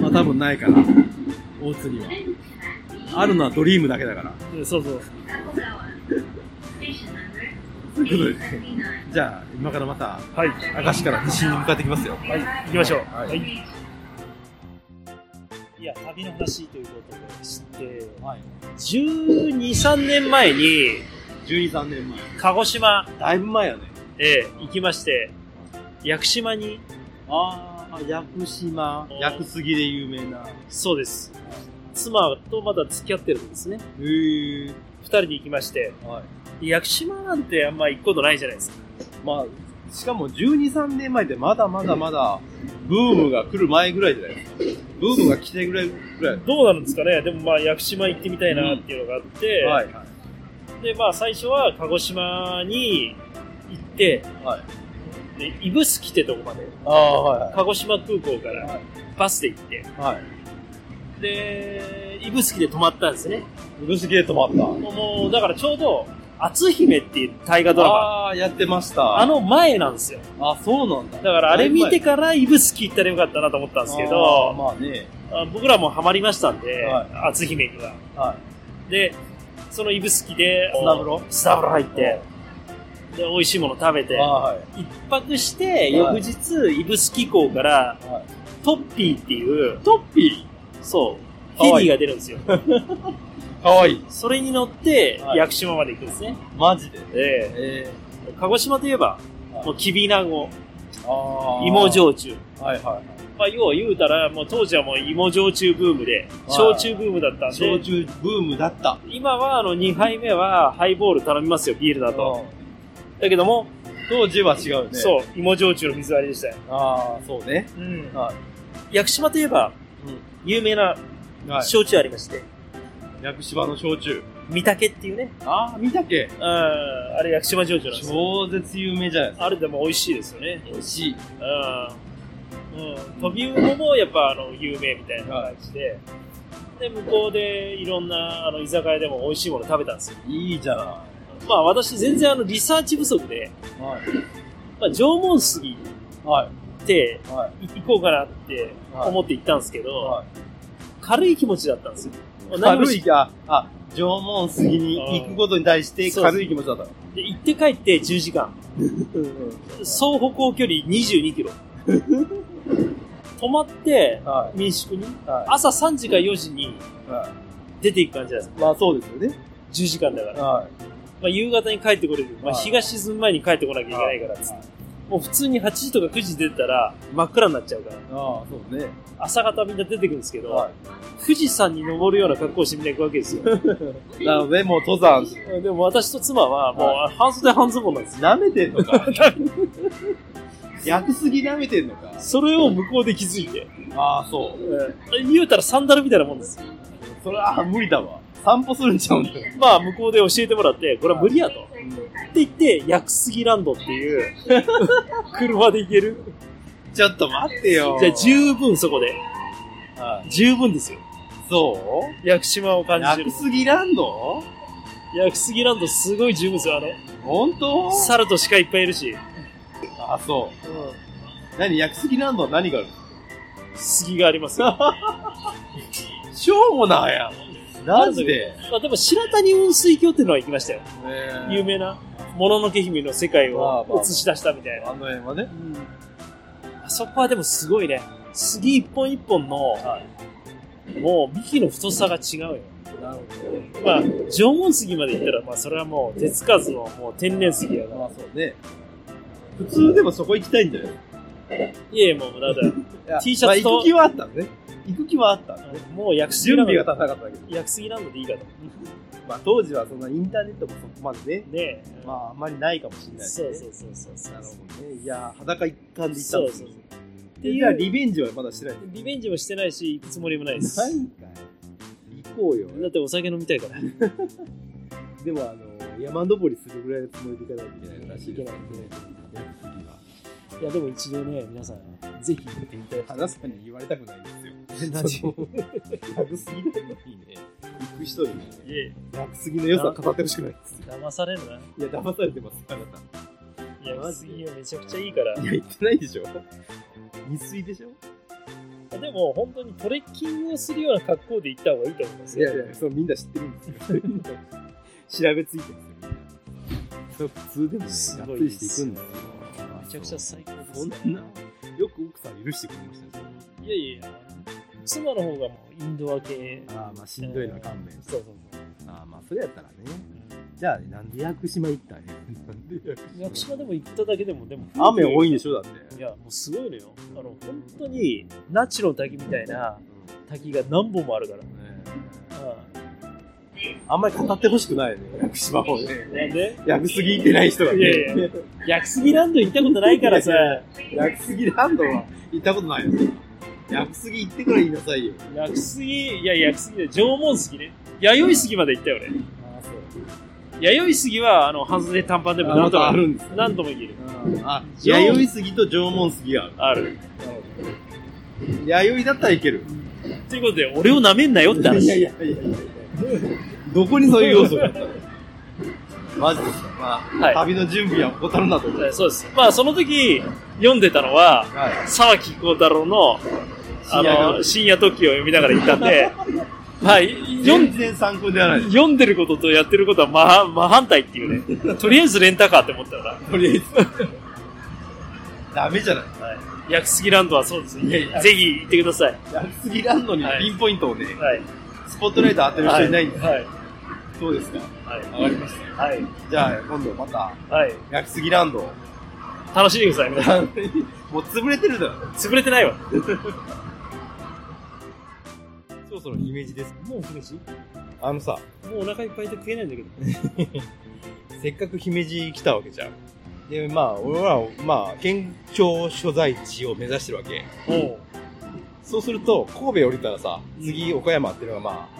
[SPEAKER 4] まあ多分ないから、大津には。あるのはドリームだけだから。
[SPEAKER 3] そうそう
[SPEAKER 4] ということでね、じゃあ今からまた
[SPEAKER 3] はい
[SPEAKER 4] 明石から西に向かってきますよ。
[SPEAKER 3] はい行きましょう
[SPEAKER 4] はい
[SPEAKER 3] はい、い、や旅の話ということでして、1 2 3年前に
[SPEAKER 4] 12、3年前。
[SPEAKER 3] 鹿児島
[SPEAKER 4] だいぶ前やね。
[SPEAKER 3] へ行きまして屋久島に
[SPEAKER 4] ああ、屋久島屋久杉で有名な。へ
[SPEAKER 3] そうです妻とまだ付き合ってるんですね
[SPEAKER 4] え。
[SPEAKER 3] 2人で行きまして
[SPEAKER 4] はい。
[SPEAKER 3] 屋久島なんてあんま行くことないじゃないですか
[SPEAKER 4] まあ、しかも12、3年前でまだまだまだ、ブームが来る前ぐらいじゃないですか。ブームが来てぐらいぐらい。
[SPEAKER 3] どうなるんですかねでもまあ屋久島行ってみたいなっていうのがあって、
[SPEAKER 4] はい。はい。
[SPEAKER 3] でまあ最初は鹿児島に行って、
[SPEAKER 4] は
[SPEAKER 3] で指宿ってとこまで
[SPEAKER 4] ああ、はい
[SPEAKER 3] 鹿児島空港か
[SPEAKER 4] は
[SPEAKER 3] ら
[SPEAKER 4] い
[SPEAKER 3] バスで行って
[SPEAKER 4] はい。はい。
[SPEAKER 3] で指宿で泊まったんですね
[SPEAKER 4] うるしゲートもあっ
[SPEAKER 3] もうもうだからちょうど「篤姫」っていう大河
[SPEAKER 4] た。
[SPEAKER 3] ドラマ
[SPEAKER 4] ああ、やってました。
[SPEAKER 3] あ、の前なんですよ
[SPEAKER 4] あ、そうなんだ。
[SPEAKER 3] だからあれ見てから指宿行ったらよかったなと思ったんですけど
[SPEAKER 4] あーまあね。
[SPEAKER 3] あ僕らもハマりましたんで、
[SPEAKER 4] はい
[SPEAKER 3] 篤姫には。
[SPEAKER 4] は
[SPEAKER 3] で、その指宿で、
[SPEAKER 4] 砂風呂
[SPEAKER 3] スタブロ入って、で、美味しいもの食べて、
[SPEAKER 4] はい。
[SPEAKER 3] 一泊して、翌日、指宿港から
[SPEAKER 4] は、
[SPEAKER 3] トッピーっていう、トッピーそう、フ
[SPEAKER 4] かわ
[SPEAKER 3] ェリ
[SPEAKER 4] いい
[SPEAKER 3] ーが出るんですよ。
[SPEAKER 4] かわいい。
[SPEAKER 3] それに乗って、
[SPEAKER 4] はい
[SPEAKER 3] 屋久島まで行くんですね。
[SPEAKER 4] マジで。
[SPEAKER 3] え
[SPEAKER 4] え
[SPEAKER 3] え鹿児島といえば、もう、きびなご、
[SPEAKER 4] ー、あー
[SPEAKER 3] 芋。焼酎。
[SPEAKER 4] はいは
[SPEAKER 3] まあ、要は言うたら、もう当時はもう芋焼酎ブームで、
[SPEAKER 4] はい
[SPEAKER 3] 焼酎ブームだったんで、
[SPEAKER 4] い。焼酎ブームだった。
[SPEAKER 3] 今はあの2杯目はハイボール頼みますよビールだと
[SPEAKER 4] うん
[SPEAKER 3] だけども、
[SPEAKER 4] 当時は違うよね。
[SPEAKER 3] そう芋焼酎の水割りでしたよ、
[SPEAKER 4] う。ああ、そうね。は
[SPEAKER 3] 屋久島といえば、
[SPEAKER 4] うん。
[SPEAKER 3] 有名ない
[SPEAKER 4] はい。
[SPEAKER 3] 焼酎ありまして、
[SPEAKER 4] 屋久島の焼酎。
[SPEAKER 3] 御嶽っていうね
[SPEAKER 4] ああ、見たっけ
[SPEAKER 3] うんあれ屋久島焼酎なんですよ
[SPEAKER 4] 超絶有名じゃないですか。
[SPEAKER 3] あれでも美味しいですよね
[SPEAKER 4] 美味しい。
[SPEAKER 3] うん、うん、飛び魚もやっぱあの有名みたいな感じで、で向こうでいろんなあの居酒屋でも美味しいもの食べたんですよ
[SPEAKER 4] いいじゃな
[SPEAKER 3] まあ私全然あのリサーチ不足で、
[SPEAKER 4] い。はい。
[SPEAKER 3] まあ、縄文杉
[SPEAKER 4] はい。
[SPEAKER 3] って
[SPEAKER 4] はい。
[SPEAKER 3] 行こうかなって思って行ったんですけど、
[SPEAKER 4] は
[SPEAKER 3] 軽い気持ちだったんですよ。
[SPEAKER 4] い、
[SPEAKER 3] 何も
[SPEAKER 4] 軽
[SPEAKER 3] し
[SPEAKER 4] い、あ、あ、縄文杉に行くことに対して軽い気持ちだったの。
[SPEAKER 3] で行って帰って10時間。総歩行距離22キロ。泊まって
[SPEAKER 4] は
[SPEAKER 3] 民宿に、
[SPEAKER 4] はい
[SPEAKER 3] 朝3時か4時に
[SPEAKER 4] い。は
[SPEAKER 3] 出ていく感じなんですよ。
[SPEAKER 4] い。まあそうですよね。
[SPEAKER 3] 10時間だから。
[SPEAKER 4] は
[SPEAKER 3] まあ、夕方に帰ってこれる。まあ、
[SPEAKER 4] はい
[SPEAKER 3] 日が沈む前に帰ってこなきゃい
[SPEAKER 4] い。
[SPEAKER 3] けないからっつって。もう普通に8時とか9時出てたら真っ暗になっちゃうから。
[SPEAKER 4] ああ、そうね。
[SPEAKER 3] 朝方みんな出てくるんですけど、
[SPEAKER 4] は
[SPEAKER 3] 富士山に登るような格好をしてみんな行くわけです よ。
[SPEAKER 4] い。なので、もう登山、
[SPEAKER 3] でも私と妻はもうあの半袖半ズボンなんですよ。
[SPEAKER 4] 舐めてん のか。逆すぎ舐めてんのか。
[SPEAKER 3] それを向こうで気づいて。
[SPEAKER 4] ああ、そう。
[SPEAKER 3] うん、言うたらサンダルみたいなもんですよ。
[SPEAKER 4] それは無理だわ。散歩するんちゃうんだよ。
[SPEAKER 3] まあ、向こうで教えてもらって、これは無理やと。って言って、屋久杉ランドっていう、 車で行ける。
[SPEAKER 4] ちょっと待ってよ。
[SPEAKER 3] じゃあ、十分そこで。
[SPEAKER 4] はい。
[SPEAKER 3] 十分ですよ。
[SPEAKER 4] そう
[SPEAKER 3] 屋久島を感じ
[SPEAKER 4] 逆
[SPEAKER 3] る。
[SPEAKER 4] すぎランド
[SPEAKER 3] 屋久杉ランドすごい十分ですよ。あの、
[SPEAKER 4] 本当
[SPEAKER 3] 猿と鹿いっぱいいるし、
[SPEAKER 4] あ、そう。何、屋久杉ランドは何がある
[SPEAKER 3] 杉があり ますよ。
[SPEAKER 4] しょうもないやん。マジで。
[SPEAKER 3] まあ、でも、白谷温水郷っていうのは行きましたよ。有名
[SPEAKER 4] 夢
[SPEAKER 3] な、もののけ姫の世界
[SPEAKER 4] まあま
[SPEAKER 3] を
[SPEAKER 4] あ
[SPEAKER 3] 映し出したみたいな。
[SPEAKER 4] あの辺はね。
[SPEAKER 3] あそこはでもすごいね。杉一本一本の、もう幹の太さが違うよ。
[SPEAKER 4] なるほ
[SPEAKER 3] まあ、縄文杉まで行ったら、まあ、それはもう手つかずのもう天然杉や
[SPEAKER 4] ど。
[SPEAKER 3] な。
[SPEAKER 4] まあそうね。普通でもそこ行きたいんだよ。
[SPEAKER 3] いえ、もう、だだ。T シャツと
[SPEAKER 4] まあ行く気はあったのね。行く気はあったのね。
[SPEAKER 3] もう焼きすぎ
[SPEAKER 4] 準
[SPEAKER 3] なの
[SPEAKER 4] 備が立たなかったけど。
[SPEAKER 3] 焼きすぎなのでいいかと。
[SPEAKER 4] まあ当時はそんなインターネットもそこまでね、
[SPEAKER 3] ねえ。
[SPEAKER 4] まああんまりないかもしれないです
[SPEAKER 3] そ
[SPEAKER 4] ね。
[SPEAKER 3] うそうそうそうそう。
[SPEAKER 4] なるほどね。いやー、裸一貫で行ったん
[SPEAKER 3] そう
[SPEAKER 4] です
[SPEAKER 3] そうそう。。
[SPEAKER 4] よ
[SPEAKER 3] って
[SPEAKER 4] で、
[SPEAKER 3] い
[SPEAKER 4] じゃあ
[SPEAKER 3] う、
[SPEAKER 4] リベンジはまだしてないの
[SPEAKER 3] リベンジもしてないし、行くつもりもないです。
[SPEAKER 4] ないんかい行こうよ。
[SPEAKER 3] だってお酒飲みたいから。
[SPEAKER 4] でもあの、山登りするぐらいのつもりで行かないといけないらしいですね。
[SPEAKER 3] いや、でも一度ね、皆さん、 ぜひ行ってみたい。
[SPEAKER 4] 話すかに言われたくないですよ。何楽すぎないのいいね。行く人にね、
[SPEAKER 3] いえ、
[SPEAKER 4] 楽すぎの良さ語ってほしくないです。
[SPEAKER 3] 騙されるな。
[SPEAKER 4] いや、騙されてます、あなた。
[SPEAKER 3] いや、まずいよ、めちゃくちゃいいから。
[SPEAKER 4] いや、言ってないでしょ。未遂でしょ
[SPEAKER 3] でも、本当にトレッキングをするような格好で行った方がいいと思います
[SPEAKER 4] い
[SPEAKER 3] よ。
[SPEAKER 4] やいや、そうみんな知ってるんですよ。調べついてるんですよ、みんな。そう普通でもね、
[SPEAKER 3] す
[SPEAKER 4] が
[SPEAKER 3] ご
[SPEAKER 4] っ
[SPEAKER 3] い
[SPEAKER 4] つりしていくんですよ。
[SPEAKER 3] めちゃくちゃ最高です
[SPEAKER 4] そん
[SPEAKER 3] ね。
[SPEAKER 4] な、よく奥さん許してくれましたね。
[SPEAKER 3] いやいやいや、妻の方がもうインドア系。
[SPEAKER 4] ああ、まあしんどいのは勘弁して
[SPEAKER 3] そうそう
[SPEAKER 4] ああ、まあそれやったらね。じゃあ、なんで屋久島行ったんや。なんで屋久
[SPEAKER 3] そう。屋久島でも行っただけでも、でも、
[SPEAKER 4] 雨多いんでしょ、だって。
[SPEAKER 3] いや、もうすごいのよ。あの、本当に、ナチュの滝みたいな滝が何本もあるから。う
[SPEAKER 4] あんまり語ってほしくないよね、屋久島をね。
[SPEAKER 3] んなんで
[SPEAKER 4] 屋久すぎてない人が
[SPEAKER 3] いやいや
[SPEAKER 4] ね。
[SPEAKER 3] 屋久杉ランド行ったことないからさ、
[SPEAKER 4] いや
[SPEAKER 3] 屋
[SPEAKER 4] 屋久杉ランドは行ったことないよ。屋久杉行ってから言いなさいよ。
[SPEAKER 3] 久杉、いや、屋久杉で縄文杉ね。弥生杉まで行ったよ、俺。
[SPEAKER 4] ああ、そう。
[SPEAKER 3] 弥生杉は、あの、半袖短パンでも
[SPEAKER 4] あ
[SPEAKER 3] 何
[SPEAKER 4] ま
[SPEAKER 3] 度
[SPEAKER 4] たあ
[SPEAKER 3] も、
[SPEAKER 4] るんですね。
[SPEAKER 3] 何度も行ける。
[SPEAKER 4] あ、弥生杉と縄文杉がある。
[SPEAKER 3] ある。
[SPEAKER 4] 弥生だったらいける。
[SPEAKER 3] ということで、俺を舐めんなよって話。
[SPEAKER 4] やいやいや。どこにそういう要素がマジですか。ま
[SPEAKER 3] は
[SPEAKER 4] あ、
[SPEAKER 3] い
[SPEAKER 4] 旅の準備は怠るなと思
[SPEAKER 3] えそうです。まあ、その時、読んでたのは、
[SPEAKER 4] はい。
[SPEAKER 3] 沢木幸太郎の、あの、深夜時を読みながら行ったん で、まあ、読ん
[SPEAKER 4] 全然参考ではないです。
[SPEAKER 3] 読んでることとやってることは真真反対っていうね。とりあえずレンタカーって思ったから。
[SPEAKER 4] とりあえず。ダメじゃない。
[SPEAKER 3] 屋久杉ランドはそうです
[SPEAKER 4] いやいや
[SPEAKER 3] ね。ぜひ行ってください。
[SPEAKER 4] やりすぎらんのに
[SPEAKER 3] はい
[SPEAKER 4] ピンポイントをね、
[SPEAKER 3] はい。
[SPEAKER 4] スポットライト当てる人いないんです。
[SPEAKER 3] はい。
[SPEAKER 4] そうですか。
[SPEAKER 3] は
[SPEAKER 4] わかりまし
[SPEAKER 3] い。はい。
[SPEAKER 4] た。じゃあ、今度また、
[SPEAKER 3] はい。
[SPEAKER 4] やりすぎランドを。
[SPEAKER 3] 楽しんでください、皆さん。
[SPEAKER 4] もう潰れてるだろ。
[SPEAKER 3] 潰れてないわ。
[SPEAKER 4] そろそろイメージです。
[SPEAKER 3] もう姫路も
[SPEAKER 4] あのさ、
[SPEAKER 3] うお腹いっぱいで食えないんだけど。
[SPEAKER 4] せっかく姫路来たわけじゃん。で、まあ、俺は、まあ、県庁所在地を目指してるわけ。
[SPEAKER 3] おう
[SPEAKER 4] そうすると、神戸降りたらさ、次、岡山っていうのがまあ、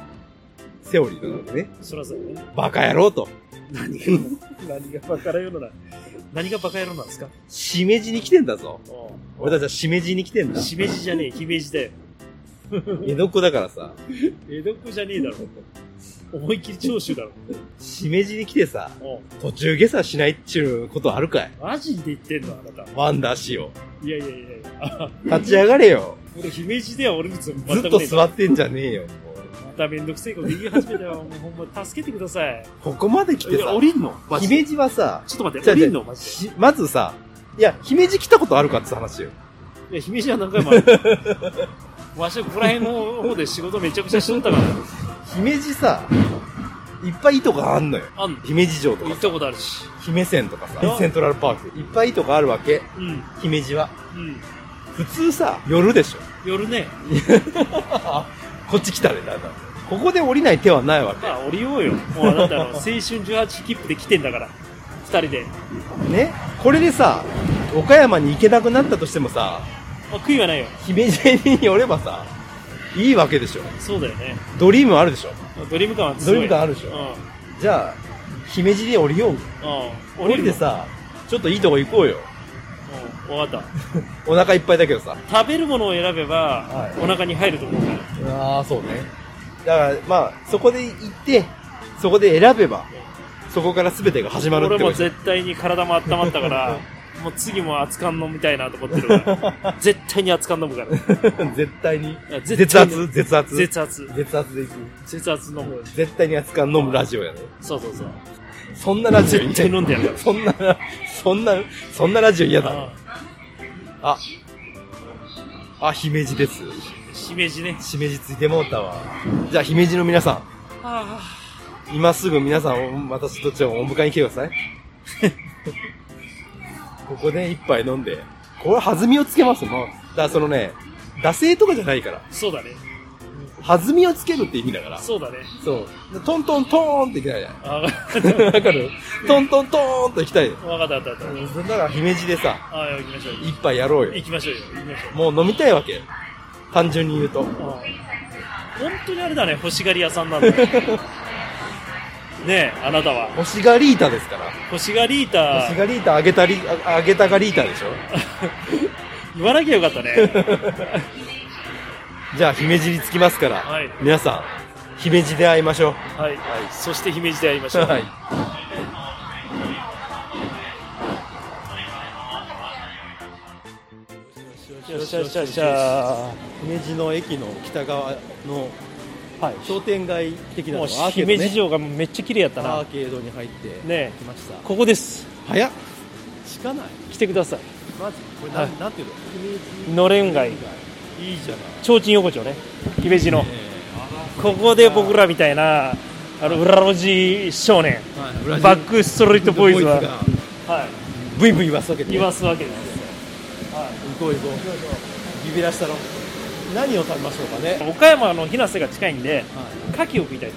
[SPEAKER 4] セオリーなのでね、
[SPEAKER 3] そらそうね。
[SPEAKER 4] バカ野郎と。
[SPEAKER 3] 何がバカ野郎な何がバカ野郎なんですか
[SPEAKER 4] しめじに来てんだぞ。
[SPEAKER 3] お
[SPEAKER 4] 俺たちはしめじに来てん
[SPEAKER 3] う
[SPEAKER 4] だ。
[SPEAKER 3] しめじじゃねえ、姫路だよ。
[SPEAKER 4] 江戸っ子だからさ、
[SPEAKER 3] 江戸っ子じゃねえだろ。思いっきり長州だろ。
[SPEAKER 4] しめじに来てさ、
[SPEAKER 3] おう
[SPEAKER 4] 途中下車しないっちゅうことあるかい
[SPEAKER 3] マジで言ってんのあなた。
[SPEAKER 4] ワンダーしよ
[SPEAKER 3] いやいやいやいや。あ
[SPEAKER 4] う。立ち上がれよ。
[SPEAKER 3] 俺、姫路では俺ず
[SPEAKER 4] ずっと座
[SPEAKER 3] って。
[SPEAKER 4] ってんじゃねえよ。
[SPEAKER 3] まためんどくせえこと言い始めたよ。もうほんま、助けてください。
[SPEAKER 4] ここまで来て
[SPEAKER 3] いや
[SPEAKER 4] さ、
[SPEAKER 3] 降りんのマジで
[SPEAKER 4] 姫路はさ、
[SPEAKER 3] ちょっと待って、
[SPEAKER 4] じゃ
[SPEAKER 3] 降
[SPEAKER 4] あじ
[SPEAKER 3] り
[SPEAKER 4] ゃ
[SPEAKER 3] んの
[SPEAKER 4] あ
[SPEAKER 3] マジ
[SPEAKER 4] しまずさ、いや、姫路来たことあるかって話よ。
[SPEAKER 3] で。いや、姫路は何回もある。わしはここら辺の方で仕事めちゃくちゃしとったから。
[SPEAKER 4] 姫路さ、いっぱいいいとこあんのよ。
[SPEAKER 3] あんの
[SPEAKER 4] 姫路城と
[SPEAKER 3] 行
[SPEAKER 4] か
[SPEAKER 3] っ
[SPEAKER 4] さ
[SPEAKER 3] たことあるし。
[SPEAKER 4] 姫線とかさ
[SPEAKER 3] うん、
[SPEAKER 4] セントラルパーク。いっぱいいいとこあるわけ、
[SPEAKER 3] うん。うん。
[SPEAKER 4] 姫路は。普通さ、夜でしょ。
[SPEAKER 3] 夜ね。
[SPEAKER 4] こっち来たね、だんだん。ここで降りない手はないわ
[SPEAKER 3] まあ、降りようよ。もう、だってあの、青春18切符で来てんだから。二人で。
[SPEAKER 4] け。ね。これでさ、岡山に行けなくなったとしてもさ、
[SPEAKER 3] まあ、悔いはないよ。
[SPEAKER 4] 姫路に寄ればさ、いいわけでしょ。
[SPEAKER 3] そうだよね。
[SPEAKER 4] ドリームあるでしょ。
[SPEAKER 3] ドリーム感は
[SPEAKER 4] ドリーム感あ
[SPEAKER 3] る
[SPEAKER 4] るでしょ。じゃあ、姫路で降りよう。
[SPEAKER 3] うん。うん。
[SPEAKER 4] 降りて
[SPEAKER 3] る
[SPEAKER 4] さ、ちょっといいとこ行こうよ。
[SPEAKER 3] の。うん。わかっ
[SPEAKER 4] お腹いっぱいだけどさ。
[SPEAKER 3] た。食べるものを選べば
[SPEAKER 4] は、い
[SPEAKER 3] お腹に入ると思うから。
[SPEAKER 4] ああ、そうね。だから、まあ、そこで行って、そこで選べば、そこから全てが始まるって
[SPEAKER 3] 俺
[SPEAKER 4] こ
[SPEAKER 3] も
[SPEAKER 4] とで
[SPEAKER 3] 絶対に体も温まったから もう次も熱燗飲みたいなと思ってるから絶対に熱燗飲むから
[SPEAKER 4] 絶対に。
[SPEAKER 3] 絶
[SPEAKER 4] 絶
[SPEAKER 3] 対に
[SPEAKER 4] 圧絶圧
[SPEAKER 3] 絶圧
[SPEAKER 4] 絶圧で行く。
[SPEAKER 3] 絶圧飲む
[SPEAKER 4] 絶対に熱燗飲むラジオやね。
[SPEAKER 3] そうそうそう
[SPEAKER 4] そんなラジオ
[SPEAKER 3] 絶対飲んでやる
[SPEAKER 4] そんな、そんな、そんなラジオ嫌 だ。
[SPEAKER 3] あ
[SPEAKER 4] あ、あ、姫路です。
[SPEAKER 3] あしめじね
[SPEAKER 4] 姫路ついてもうたわ。じゃあ、姫路の皆さ
[SPEAKER 3] あ
[SPEAKER 4] ん、今すぐ皆さん、私たちをお迎えに来てください。ここで一杯飲んで、俺弾みをつけますもん。だからそのね、惰性とかじゃないから。
[SPEAKER 3] そうだね。
[SPEAKER 4] 弾みをつけるって意味だから。
[SPEAKER 3] そうだね。
[SPEAKER 4] そう。トントントーンっていけないじゃん。
[SPEAKER 3] あ、わ か
[SPEAKER 4] わかるトントントーンと行きたいよ。
[SPEAKER 3] わかったわかったわかっ
[SPEAKER 4] だから姫路でさ、
[SPEAKER 3] た。あ、行きましょう。
[SPEAKER 4] 一杯やろうよ。
[SPEAKER 3] 行きましょうよ。行きましょう。
[SPEAKER 4] もう飲みたいわけ。単純に言うと。
[SPEAKER 3] あ本当にあれだね、欲しがり屋さん なんだねねえ、あなたは。
[SPEAKER 4] 推しがリータですから。
[SPEAKER 3] 欲しがりーた
[SPEAKER 4] 推し、がリータあげたり、ああげたがリータでしょ。
[SPEAKER 3] 言わなきゃよかったね。
[SPEAKER 4] じゃあ姫路に着きますから、
[SPEAKER 3] はい
[SPEAKER 4] 皆さん、姫路で会いましょう。
[SPEAKER 3] はい。そして姫路で会いましょう。
[SPEAKER 4] はい。
[SPEAKER 3] よっしゃよっしゃよっしゃ。
[SPEAKER 4] 姫路の駅の北側の
[SPEAKER 3] はい。
[SPEAKER 4] 商店街的な
[SPEAKER 3] も
[SPEAKER 4] の
[SPEAKER 3] う
[SPEAKER 4] アーケード、
[SPEAKER 3] 姫
[SPEAKER 4] ね、
[SPEAKER 3] 路城がめっちゃ綺麗やった
[SPEAKER 4] アー
[SPEAKER 3] な。
[SPEAKER 4] ケードに入って
[SPEAKER 3] ね
[SPEAKER 4] きました、
[SPEAKER 3] え、ここです。
[SPEAKER 4] 早っ近ない
[SPEAKER 3] 来てください。
[SPEAKER 4] マジこれなん,、
[SPEAKER 3] はい
[SPEAKER 4] なんていうの
[SPEAKER 3] のれん街。
[SPEAKER 4] いいじゃない、
[SPEAKER 3] 提灯横丁ね。姫路の。
[SPEAKER 4] え
[SPEAKER 3] ここで僕らみたいな、あの、裏路地少年、
[SPEAKER 4] ーはい、ブラジル
[SPEAKER 3] バックストリートボーイズは、
[SPEAKER 4] が
[SPEAKER 3] はい、
[SPEAKER 4] ブイブイ言わすわけで
[SPEAKER 3] 言わ
[SPEAKER 4] す
[SPEAKER 3] すわけです。
[SPEAKER 4] 行こう行こうビビらしたろ何を食べましょうかね
[SPEAKER 3] 岡山の日生が近いんで、
[SPEAKER 4] は
[SPEAKER 3] 牡蠣を食いたい。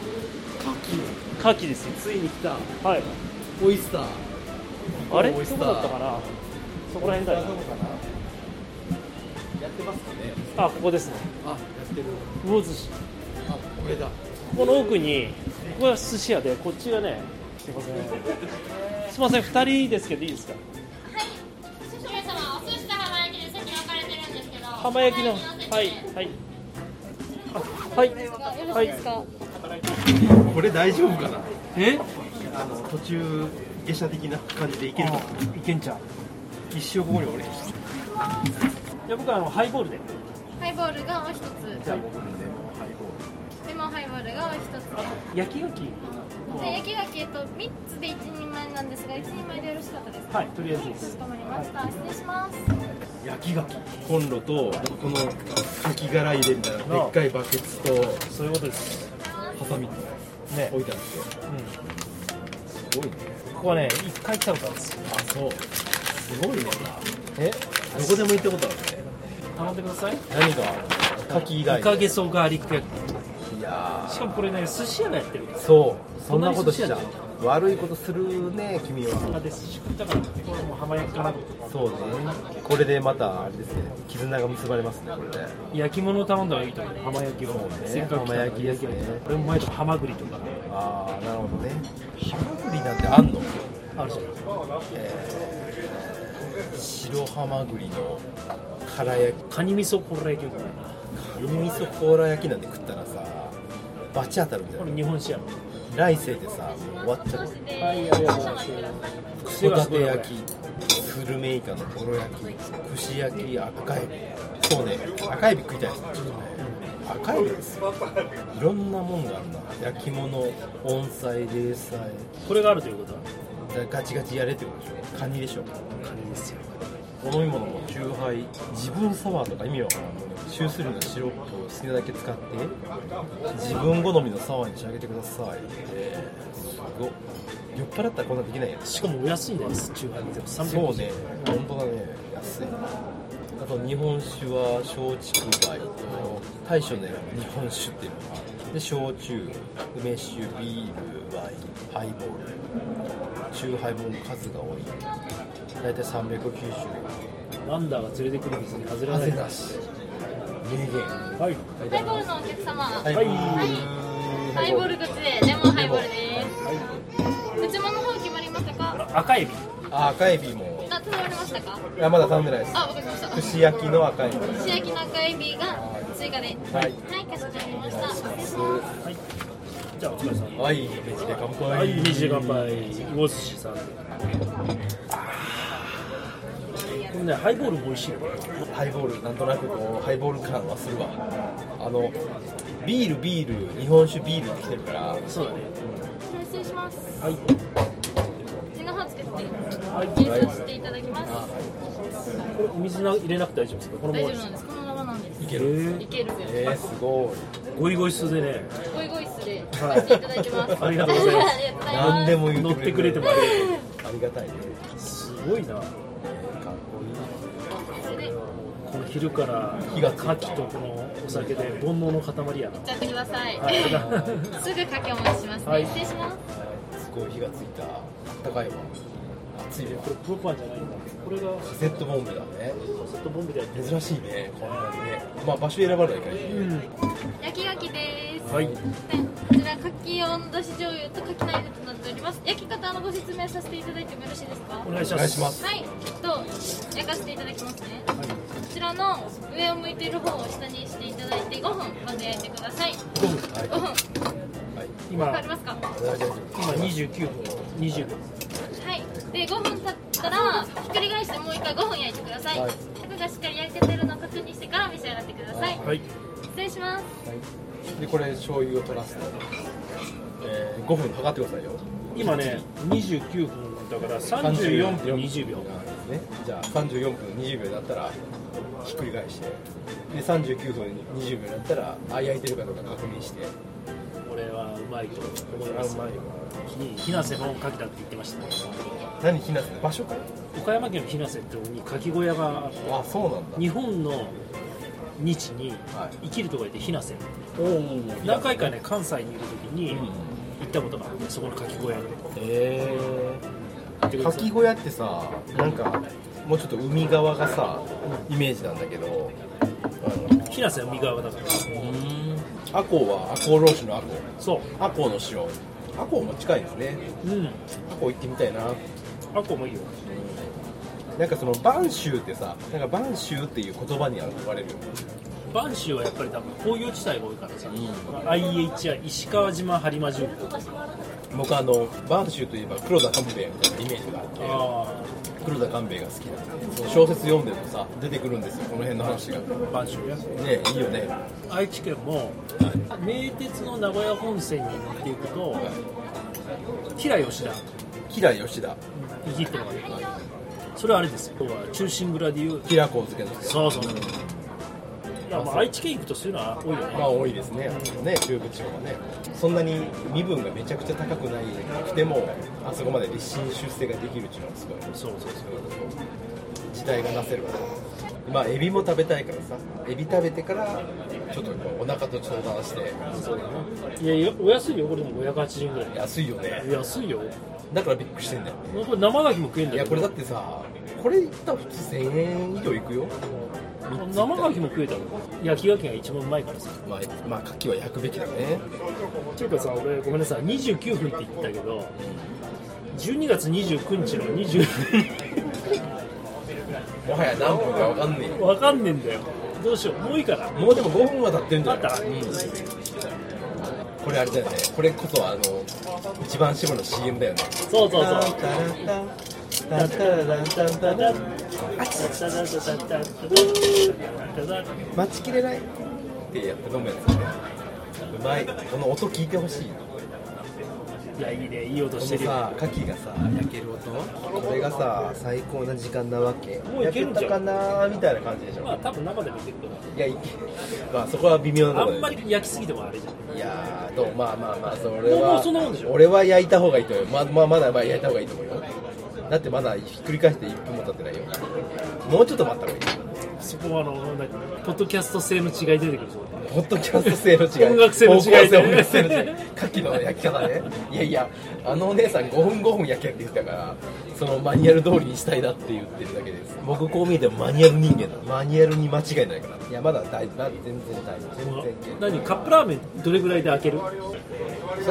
[SPEAKER 3] 牡蠣ですよ。
[SPEAKER 4] ついに来た
[SPEAKER 3] はい。
[SPEAKER 4] オイスター
[SPEAKER 3] あれ
[SPEAKER 4] オ
[SPEAKER 3] ど
[SPEAKER 4] イスター
[SPEAKER 3] こだったかなそこら辺だよな
[SPEAKER 4] やってますかね
[SPEAKER 3] あ、ここですね。
[SPEAKER 4] あやってる
[SPEAKER 3] 魚寿司。
[SPEAKER 4] あこれだ
[SPEAKER 3] この奥に、ここが寿司屋で、こっちがね、すいません。すいません、二人ですけどいいですか
[SPEAKER 5] 少々様お寿司と浜焼きで席に置かれてるんですけど
[SPEAKER 3] 浜焼きの。は
[SPEAKER 5] 浜焼き
[SPEAKER 3] い、はい。あはい。はい。
[SPEAKER 4] これ大丈夫かな
[SPEAKER 3] え
[SPEAKER 4] あの途中下車的な感じでいけるかな
[SPEAKER 3] あいけんちゃう
[SPEAKER 4] 一生ここに俺
[SPEAKER 3] いや、僕はあの、ハイボールで。
[SPEAKER 5] ハイボールがお一つ
[SPEAKER 3] じゃあ、
[SPEAKER 5] レモンハイボールがお一つ
[SPEAKER 3] 焼き牡蠣
[SPEAKER 5] で焼き牡蠣えっと三つで一人前なんですが一人前でよろしかったですか
[SPEAKER 3] はい、とりあえずです。
[SPEAKER 5] かしこまりました失礼します
[SPEAKER 4] 焼き牡蠣コンロとこの牡蠣柄入れみたいなでっかいバケツと
[SPEAKER 3] そういうことです。
[SPEAKER 4] ハサミと
[SPEAKER 3] ね
[SPEAKER 4] 置いてあってすごいね
[SPEAKER 3] ここはね、一回来たことあるんですよ。
[SPEAKER 4] あそうすごいねえどこでも行ったことあるね
[SPEAKER 3] 頼んでください。
[SPEAKER 4] 何が牡蠣以外
[SPEAKER 3] イカゲソガーリック焼
[SPEAKER 4] いや
[SPEAKER 3] き。しかもこれね、寿司屋がやってるんです。
[SPEAKER 4] ーそうそんなことしちゃう悪いことするね君は
[SPEAKER 3] あ、です。しだから、ここはもう浜焼きかなと。
[SPEAKER 4] そうねこれでまたあれですね絆が結ばれますねこれで
[SPEAKER 3] 焼き物を頼んだらいいと思う。浜焼きを。せっかく来た
[SPEAKER 4] 浜
[SPEAKER 3] から
[SPEAKER 4] 焼きですね
[SPEAKER 3] これも前とかハマグリとか
[SPEAKER 4] ああなるほどねハマグリなんてあんの
[SPEAKER 3] あるじゃないですか。
[SPEAKER 4] 白ハマグリの唐焼き
[SPEAKER 3] カニ味噌これ焼きとかね。
[SPEAKER 4] 海味噌甲羅焼きなんて食ったらさバチ当たるみた
[SPEAKER 3] こ
[SPEAKER 4] い
[SPEAKER 3] れ
[SPEAKER 4] な
[SPEAKER 3] 日本酒やもん。
[SPEAKER 4] 来世でさもう終わっちゃう
[SPEAKER 5] はいありがとうございます
[SPEAKER 4] ホタテ焼きスルメイカのボロ焼き串焼き赤エビそうね赤エビ食いたいですね赤エビですよいろんなもんがあるな焼き物温菜冷菜
[SPEAKER 3] これがあるということは。
[SPEAKER 4] ガチガチやれってことでしょカニでしょ
[SPEAKER 3] カニですよ。
[SPEAKER 4] お飲み物も酎ハイ自分サワーとか意味わからんのにシュースルーのシロップを好きなだけ使って自分好みのサワーに仕上げてくださいすごっ酔っ払ったらこんなんできないやつ
[SPEAKER 3] しかもお安いんだよ、中華でも300
[SPEAKER 4] そうね本当だね安いあと日本酒は松竹梅と大将の選ぶ日本酒っていうのがあるで焼酎梅酒ビールワインハイボール酎ハイも数が多い大体390
[SPEAKER 3] ランダーが連れてくる水に外れない
[SPEAKER 4] 風なし名言
[SPEAKER 3] はい
[SPEAKER 5] ハイボールのお客様
[SPEAKER 4] はい、
[SPEAKER 5] ハイボール口でレモンハイボールです口もの方決まりましたか
[SPEAKER 3] 赤エビ
[SPEAKER 4] あ赤エビも
[SPEAKER 5] あ、頼まれましたか
[SPEAKER 4] いやまだ頼んでないです
[SPEAKER 5] あ、わかりました
[SPEAKER 4] 串焼きの赤エビ
[SPEAKER 5] 串焼きの赤エビが追加で
[SPEAKER 4] は
[SPEAKER 5] はいはい、かしこまりました失礼します
[SPEAKER 3] じゃあお疲れさん
[SPEAKER 4] はいベジで乾杯
[SPEAKER 3] はい、虹乾杯魚寿司さんこれね、ハイボールも美味しいよ
[SPEAKER 4] ハイボールなんとなくこうハイボール感はするわあのビールビール日本酒ビールってきてるから
[SPEAKER 3] そうだね
[SPEAKER 5] 失礼します
[SPEAKER 3] はい
[SPEAKER 5] 手の方つけて入れさせていただきます
[SPEAKER 3] これお水な入れなくて大丈夫ですかこのま
[SPEAKER 5] 大丈
[SPEAKER 3] まです
[SPEAKER 5] 夫なんです、このままなんです
[SPEAKER 4] いける
[SPEAKER 5] いけるぜ
[SPEAKER 4] えー、すご
[SPEAKER 3] ゴイゴイスーでね
[SPEAKER 5] ゴイゴイスでさせていただきます
[SPEAKER 3] ありがとうございます
[SPEAKER 5] ありがとうござ
[SPEAKER 4] い
[SPEAKER 5] い
[SPEAKER 4] 何でも言
[SPEAKER 3] 乗
[SPEAKER 4] う
[SPEAKER 3] ってくれてもありがと
[SPEAKER 4] ありがたいね
[SPEAKER 3] うすごいな
[SPEAKER 4] かっこいい
[SPEAKER 3] この昼から火が牡蠣とこのお酒で煩悩の塊やな
[SPEAKER 5] っちゃってください。
[SPEAKER 3] はい
[SPEAKER 5] すぐ掛けお持ちしますね。
[SPEAKER 3] はい
[SPEAKER 5] 失礼します。
[SPEAKER 4] すごい火がついた。あったかいわ。熱いね。
[SPEAKER 3] これプロパンじゃないんだこれが
[SPEAKER 4] カセットボンベだね。
[SPEAKER 3] ずっとボンベでやってる
[SPEAKER 4] 珍しいね。こんなにね。まあ場所選ばれないからいいね。
[SPEAKER 5] 焼き牡蠣です。
[SPEAKER 3] はい
[SPEAKER 5] こちら牡蠣温だし醤油と牡蠣ナイフとなっております。焼き方のご説明させていただいてもよろしいですか。
[SPEAKER 3] お願いします
[SPEAKER 4] お願いします
[SPEAKER 5] はい、と焼かせていただきますね。こちらの上を向いている方を下にしていただいて5分まず焼いてください。5分。5分。わか
[SPEAKER 3] 今
[SPEAKER 5] りますか。は
[SPEAKER 3] 今29分20分
[SPEAKER 5] い。で5分経ったらひっくり返してもう一回5分焼いてください。中がしっかり焼けてるのを確認してから召し上がってください。
[SPEAKER 3] はい
[SPEAKER 5] 失礼します。
[SPEAKER 4] でこれ醤油を取らせて、えー、5分測ってくださいよ
[SPEAKER 3] 今ね29分だから34分20秒
[SPEAKER 4] ねじゃあ34分20秒だったらひっくり返してで39分20秒だったらあ焼いてるかどうか確認して
[SPEAKER 3] これはうまいと思いますに日生の牡蠣だって言ってましたね
[SPEAKER 4] 何気になってる場所か
[SPEAKER 3] 岡山県の日生ってとこに牡蠣小屋があって
[SPEAKER 4] あそうなんだ
[SPEAKER 3] 日本の日に
[SPEAKER 4] はい
[SPEAKER 3] 生きるとこがいて日生
[SPEAKER 4] おお
[SPEAKER 3] 何回かね関西にいる時に
[SPEAKER 4] うん
[SPEAKER 3] 行ったことがあってそこの牡蠣小屋
[SPEAKER 4] え
[SPEAKER 3] で
[SPEAKER 4] ー、かき小屋ってさなんかもうちょっと海側がさイメージなんだけどあの
[SPEAKER 3] 日生は右側だから
[SPEAKER 4] アコウはアコウ老子のアコウ
[SPEAKER 3] そ
[SPEAKER 4] アコウの塩アコウも近いですね
[SPEAKER 3] ううん
[SPEAKER 4] アコウ行ってみたいな
[SPEAKER 3] あこもいいよ
[SPEAKER 4] なんかその播州ってさなんか播州っていう言葉に憧れるよね
[SPEAKER 3] 播州はやっぱり多分工業地帯が多いからさ、IHI 石川島播磨重工
[SPEAKER 4] 僕あの播州といえば黒田官兵衛みたいなイメージがあって
[SPEAKER 3] あ
[SPEAKER 4] 黒田官兵衛が好きなんでその小説読んでるとさ出てくるんですよこの辺の話がね
[SPEAKER 3] あ播州や
[SPEAKER 4] いいよね
[SPEAKER 3] 愛知県も名鉄の名古屋本線に乗っていくと吉良吉田
[SPEAKER 4] 吉良吉田
[SPEAKER 3] いじってるのがいるそれはあれですよ要は中心蔵でいう
[SPEAKER 4] 吉良幸助の人
[SPEAKER 3] そうそうそういやまあ愛知県行くとそういうのは多いよね
[SPEAKER 4] まあ多いですねね中部地方はねそんなに身分がめちゃくちゃ高くないくてもあそこまで立身出世ができるっていうのはすごい
[SPEAKER 3] そうそうそう
[SPEAKER 4] 時代がなせるからまあエビも食べたいからさエビ食べてからちょっとこうお腹と相談して
[SPEAKER 3] いやいやお安いよこれでも580円ぐらい
[SPEAKER 4] 安いよね
[SPEAKER 3] 安いよ
[SPEAKER 4] だからびっくりしてんだよ
[SPEAKER 3] これ生牡蠣も食えんだ
[SPEAKER 4] い
[SPEAKER 3] け
[SPEAKER 4] や
[SPEAKER 3] ど
[SPEAKER 4] これだってさこれいったら普通1000円以上いくよ
[SPEAKER 3] 生牡蠣も食えたら焼き牡蠣が一番うまいからさ
[SPEAKER 4] まあ、まあ、牡蠣は焼くべきだね
[SPEAKER 3] っていうかさ俺ごめんなさい29分って言ったけど12月29日の20
[SPEAKER 4] もはや何分かわかんねえ よ
[SPEAKER 3] 分かんねえんだよどうしようもういいから
[SPEAKER 4] もうでも5分は経ってるんじゃ
[SPEAKER 3] ま
[SPEAKER 4] な
[SPEAKER 3] た
[SPEAKER 4] いこれあれだよねこれこそあの一番搾りの CM だよね
[SPEAKER 3] そうそうそう
[SPEAKER 4] 待ちきれないってやって飲むやつだねうまいこの音聞いてほしい
[SPEAKER 3] いやいいねいい音
[SPEAKER 4] こ
[SPEAKER 3] して
[SPEAKER 4] の
[SPEAKER 3] るよ
[SPEAKER 4] さ、牡蠣がさ、焼ける音これがさ、最高な時間なわけ
[SPEAKER 3] もういけるんじゃん
[SPEAKER 4] 焼けたかなみたいな感じでしょ
[SPEAKER 3] まあ多分中でもいけるか
[SPEAKER 4] いや、いけまあそこは微妙なと
[SPEAKER 3] らあ
[SPEAKER 4] ころ
[SPEAKER 3] んまり焼きすぎてもあれじゃん
[SPEAKER 4] いやー、どうまあまあまあ、それ
[SPEAKER 3] もうも
[SPEAKER 4] は
[SPEAKER 3] うそんなもんでしょ
[SPEAKER 4] 俺は焼いた方がいいと思うまあまあ、まだまあ焼いた方がいいと思うよだってまだひっくり返して1分も経ってないよもうちょっと待った方がい
[SPEAKER 3] そこはあの何ポッドキャスト性の違い出てくるぞ
[SPEAKER 4] いポッドキャスト性の違い
[SPEAKER 3] 音楽性の違いね
[SPEAKER 4] 方向性音楽性の違い牡蠣の焼き方ねいやいやあのお姉さん5分5分焼けって言ってたからそのマニュアル通りにしたいなって言ってるだけです僕こう見えてもマニュアル人間だマニュアルに間違いないからいやまだ大まだ全然大丈夫全然いける
[SPEAKER 3] 何カップラーメンどれぐらいで開ける
[SPEAKER 4] そ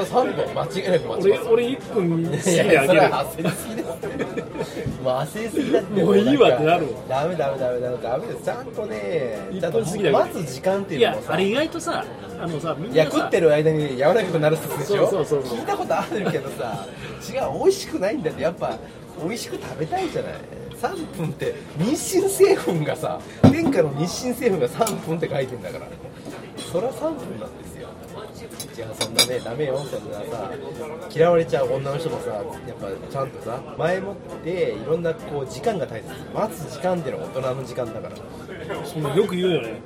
[SPEAKER 4] れ3本間違いなく待ち
[SPEAKER 3] 俺
[SPEAKER 4] ます
[SPEAKER 3] 俺1分過ぎ
[SPEAKER 4] い
[SPEAKER 3] で
[SPEAKER 4] やいや、
[SPEAKER 3] 開
[SPEAKER 4] そ
[SPEAKER 3] け
[SPEAKER 4] れ
[SPEAKER 3] る
[SPEAKER 4] は焦りすぎです。もう焦りすぎだって。
[SPEAKER 3] もういいわってなるわ
[SPEAKER 4] ダメダメダメダメダメです。ちゃんとね、
[SPEAKER 3] 一
[SPEAKER 4] ちゃんと
[SPEAKER 3] 分過ぎだよ
[SPEAKER 4] 待つ時間っ
[SPEAKER 3] い
[SPEAKER 4] ていうの
[SPEAKER 3] や
[SPEAKER 4] もさ。
[SPEAKER 3] あれ意外とさあのさみん
[SPEAKER 4] い
[SPEAKER 3] な
[SPEAKER 4] や
[SPEAKER 3] さ
[SPEAKER 4] 食ってる間に柔らかくなる説でしょ
[SPEAKER 3] そうそうそうそう
[SPEAKER 4] 聞いたことあるけどさ違う美味しくないんだってやっぱ美味しく食べたいじゃない3分って日清製粉がさ天下の日清製粉が3分って書いてんだからそりゃ3分なんですよいやそんなねダメよそんなさ嫌われちゃう女の人もさやっぱちゃんとさ前もっていろんなこう時間が大切待つ時間ってのは大人の時間だから
[SPEAKER 3] そのよく言うよね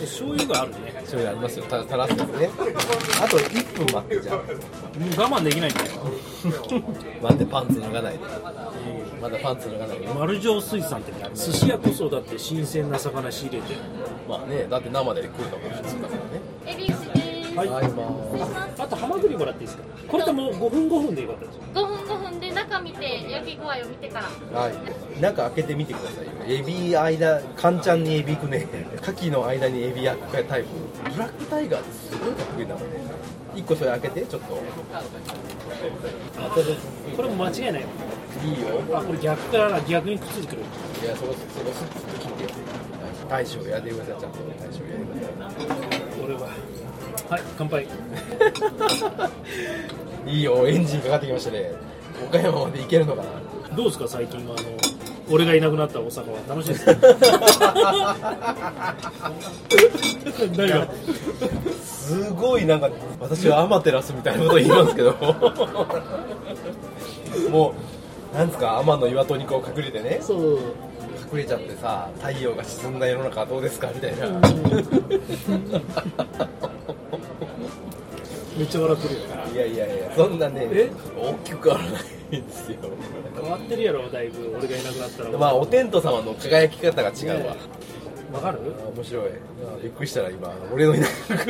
[SPEAKER 3] 醤油があるね
[SPEAKER 4] そういうのありますよた垂らすんですねあと1分待ってじゃん
[SPEAKER 3] もう我慢できないんだよ
[SPEAKER 4] 待ってパンツ脱がないで
[SPEAKER 1] まだパンツ脱がないよ
[SPEAKER 3] 丸上水産ってね寿司屋こそだって新鮮な魚仕入れて
[SPEAKER 1] まあねだって生で来るのが普通だからね
[SPEAKER 5] エビスです。
[SPEAKER 3] はい
[SPEAKER 1] はいま
[SPEAKER 3] あとハマグリもらっていいですかこれともう5分5分でよかったでしょ
[SPEAKER 5] 5分5分で中見て焼き具合を見てから
[SPEAKER 1] あはい中開けてみてくださいよエビ間カンちゃんにエビいくねカキの間にエビやくタイプブラックタイガーってすごいかっこいいなこれ1個それ開けてちょっと
[SPEAKER 3] これも間違いないよ
[SPEAKER 1] いいよ
[SPEAKER 3] あこれ逆から逆にくっついてくる
[SPEAKER 1] いやそこそこスッと切ってよ大将やってくださいちゃんと大将やってください
[SPEAKER 3] 俺ははい乾杯
[SPEAKER 1] いいよ、エンジンかかってきましたね。岡山まで行けるのかな。
[SPEAKER 3] どうですか最近はあの俺がいなくなった大阪は楽しいですか 何が
[SPEAKER 1] すごいなんか、私はアマテラスみたいなこと言いますけど。 もう、なんですか、天の岩戸にこう隠れてね、
[SPEAKER 3] そう
[SPEAKER 1] 隠れちゃってさ、太陽が沈んだ世の中はどうですかみたいな。
[SPEAKER 3] めっちゃ笑ってるよ
[SPEAKER 1] いやいやいや、そんなね
[SPEAKER 3] え、
[SPEAKER 1] 大きくはないんですよ。
[SPEAKER 3] 変わってるやろだいぶ俺がいなくなったら
[SPEAKER 1] まあ、お天道様の輝き方が違うわ。
[SPEAKER 3] わかる
[SPEAKER 1] あ面白い。びっくりしたら今、俺のいなくなった。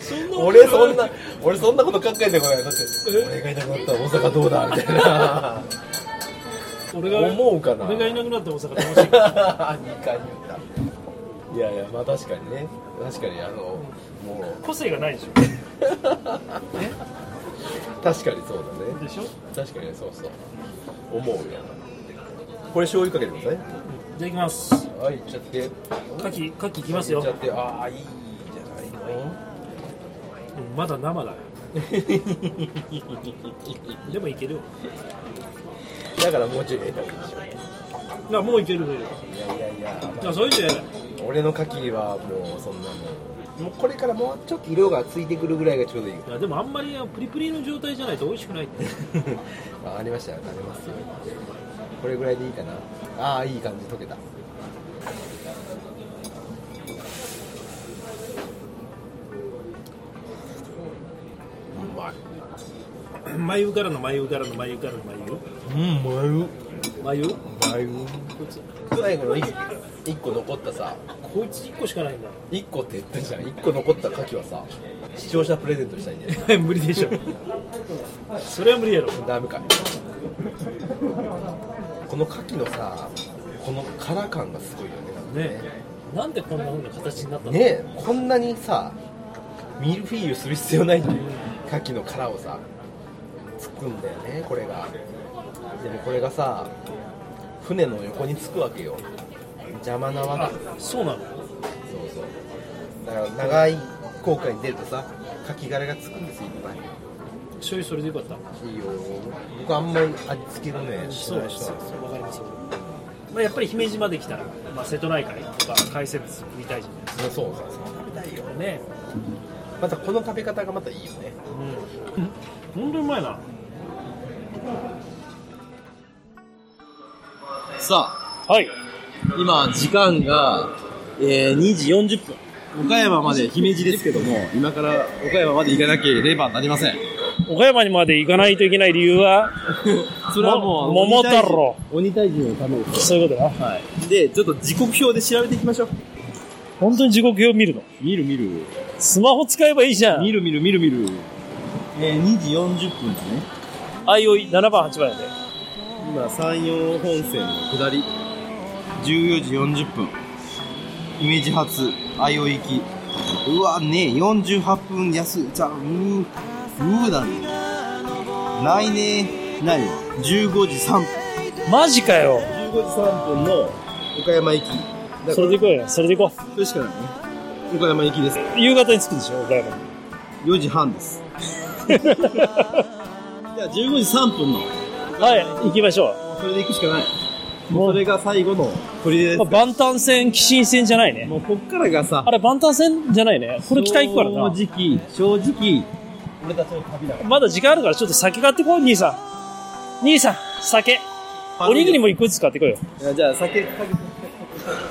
[SPEAKER 3] そん
[SPEAKER 1] 俺そんな俺そんなこと考えてこないだって俺がいなくなったら大阪どうだみたい な
[SPEAKER 3] 俺が
[SPEAKER 1] 思うかな
[SPEAKER 3] 俺がいなくなった大阪楽しい
[SPEAKER 1] 2回言ったいやいやまあ確かにね確かにあのもう
[SPEAKER 3] 個性がないでし
[SPEAKER 1] 確かにそうだ
[SPEAKER 3] ょ
[SPEAKER 1] ね
[SPEAKER 3] でしょい
[SPEAKER 1] 確かにそうそう思うよこれ醤油かけてくださ
[SPEAKER 3] ただきます
[SPEAKER 1] いはいいっちゃっていっ
[SPEAKER 3] カキカキいきますよ
[SPEAKER 1] ちゃってああいいじゃないの
[SPEAKER 3] うんまだ生だよでもいけるよ
[SPEAKER 1] だからもうちょい入れた方がいいでし
[SPEAKER 3] いやもういけるいけ
[SPEAKER 1] ょ
[SPEAKER 3] る
[SPEAKER 1] いやいやいや
[SPEAKER 3] いやそれで
[SPEAKER 1] 俺の牡蠣はもうそんなもうもうこれからもうちょっと色がついてくるぐらいがちょうどいい
[SPEAKER 3] いやでもあんまりプリプリの状態じゃないと美味しくないって
[SPEAKER 1] あありましたよありますよこれぐらいでいいかなああいい感じ溶けたうまい
[SPEAKER 3] 眉からの眉からの眉からの眉
[SPEAKER 1] うんまいう
[SPEAKER 3] 眉こ
[SPEAKER 1] まいう
[SPEAKER 3] いつ
[SPEAKER 1] 最後の 1, 個残ったさ
[SPEAKER 3] こいつ1個しかないんだ
[SPEAKER 1] 1個って言ったじゃん1個残った牡蠣はさ視聴者プレゼントしたいんだよ
[SPEAKER 3] 無理で しょそれは無理やろ
[SPEAKER 1] ダメかいこの牡蠣のさこの殻感がすごいよねなんか
[SPEAKER 3] ねなんでこんなふうな形になったの、
[SPEAKER 1] ねえこんなにさミルフィーユする必要ないんだよ牡蠣の殻をさつくんだよねこれがでもこれがさ船の横につくわけよ邪魔なわ
[SPEAKER 3] あ
[SPEAKER 1] け
[SPEAKER 3] そうなの
[SPEAKER 1] そうそうだから長い航海に出るとさ牡蠣殻がつくんですよいっぱい
[SPEAKER 3] 醤油それでよかった
[SPEAKER 1] いいよ僕あんまり味付けのねし
[SPEAKER 3] そう
[SPEAKER 1] な
[SPEAKER 3] で
[SPEAKER 1] い人
[SPEAKER 3] す
[SPEAKER 1] なんですよ
[SPEAKER 3] わかりますまあやっぱり姫路まで来たら、まあ、瀬戸内海とか海鮮物みたいじゃないです
[SPEAKER 1] そうそうそう食べたいよ
[SPEAKER 3] かね
[SPEAKER 1] またこの食べ方がまたいいよね
[SPEAKER 3] うん本当にうまいな
[SPEAKER 1] さあ
[SPEAKER 3] はい
[SPEAKER 1] 今時間が、え2時40分
[SPEAKER 4] 岡山まで姫路ですけども、今から岡山まで行かなければなりません。
[SPEAKER 3] 岡山にまで行かないといけない理由はそれはもう桃太郎
[SPEAKER 4] 鬼退治のためです。
[SPEAKER 3] そういうことな
[SPEAKER 4] で、ちょっと時刻表で調べていきましょう。
[SPEAKER 3] 本当に時刻表見るの
[SPEAKER 4] 見る見る。
[SPEAKER 3] スマホ使えばいいじゃん
[SPEAKER 4] 見る見る見る見る。えー、2時40分ですね。
[SPEAKER 3] あいおい7番8番やで
[SPEAKER 4] 今、山陽本線の下り。14時40分。姫路発、相生行き。うわね、48分安、じゃあ、うー、うーだね。ないね、ないわ。15時3分。
[SPEAKER 3] マジかよ
[SPEAKER 4] 15時3分の岡山行き。だ
[SPEAKER 3] それで行こうよそれで行こ
[SPEAKER 4] それしかないね。岡山行きです。
[SPEAKER 3] う夕方に着くでしょ岡 山に
[SPEAKER 4] 4時半です。じゃあ15時3分の、
[SPEAKER 3] はい行きましょう
[SPEAKER 4] それで行くしかない。もうそれが最後の取り出
[SPEAKER 3] まあ、万端線、紀新線じゃないね。
[SPEAKER 4] もうこっからがさ
[SPEAKER 3] あ、れ、万端線じゃないね。これ北行くからな。
[SPEAKER 4] 正直、正直、俺たちの旅だか
[SPEAKER 3] まだ時間あるから、ちょっと酒買ってこい、兄さん。兄さん、酒。
[SPEAKER 4] ら。
[SPEAKER 3] おにぎりも一個ずつ買ってこいよ。
[SPEAKER 4] いや。じゃあ酒、酒酒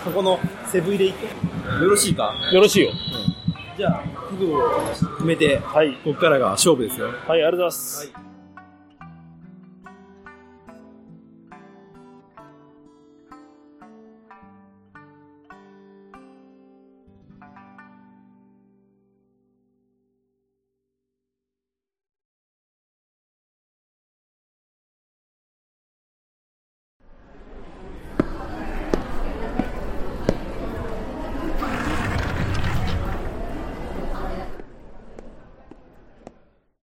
[SPEAKER 4] そこのセブンで行って。よろしいか
[SPEAKER 3] よろしいよ。
[SPEAKER 4] じゃあ、覚悟を決めて、
[SPEAKER 3] はい。
[SPEAKER 4] こっからが勝負ですよ。
[SPEAKER 3] はい、ありがとうございます。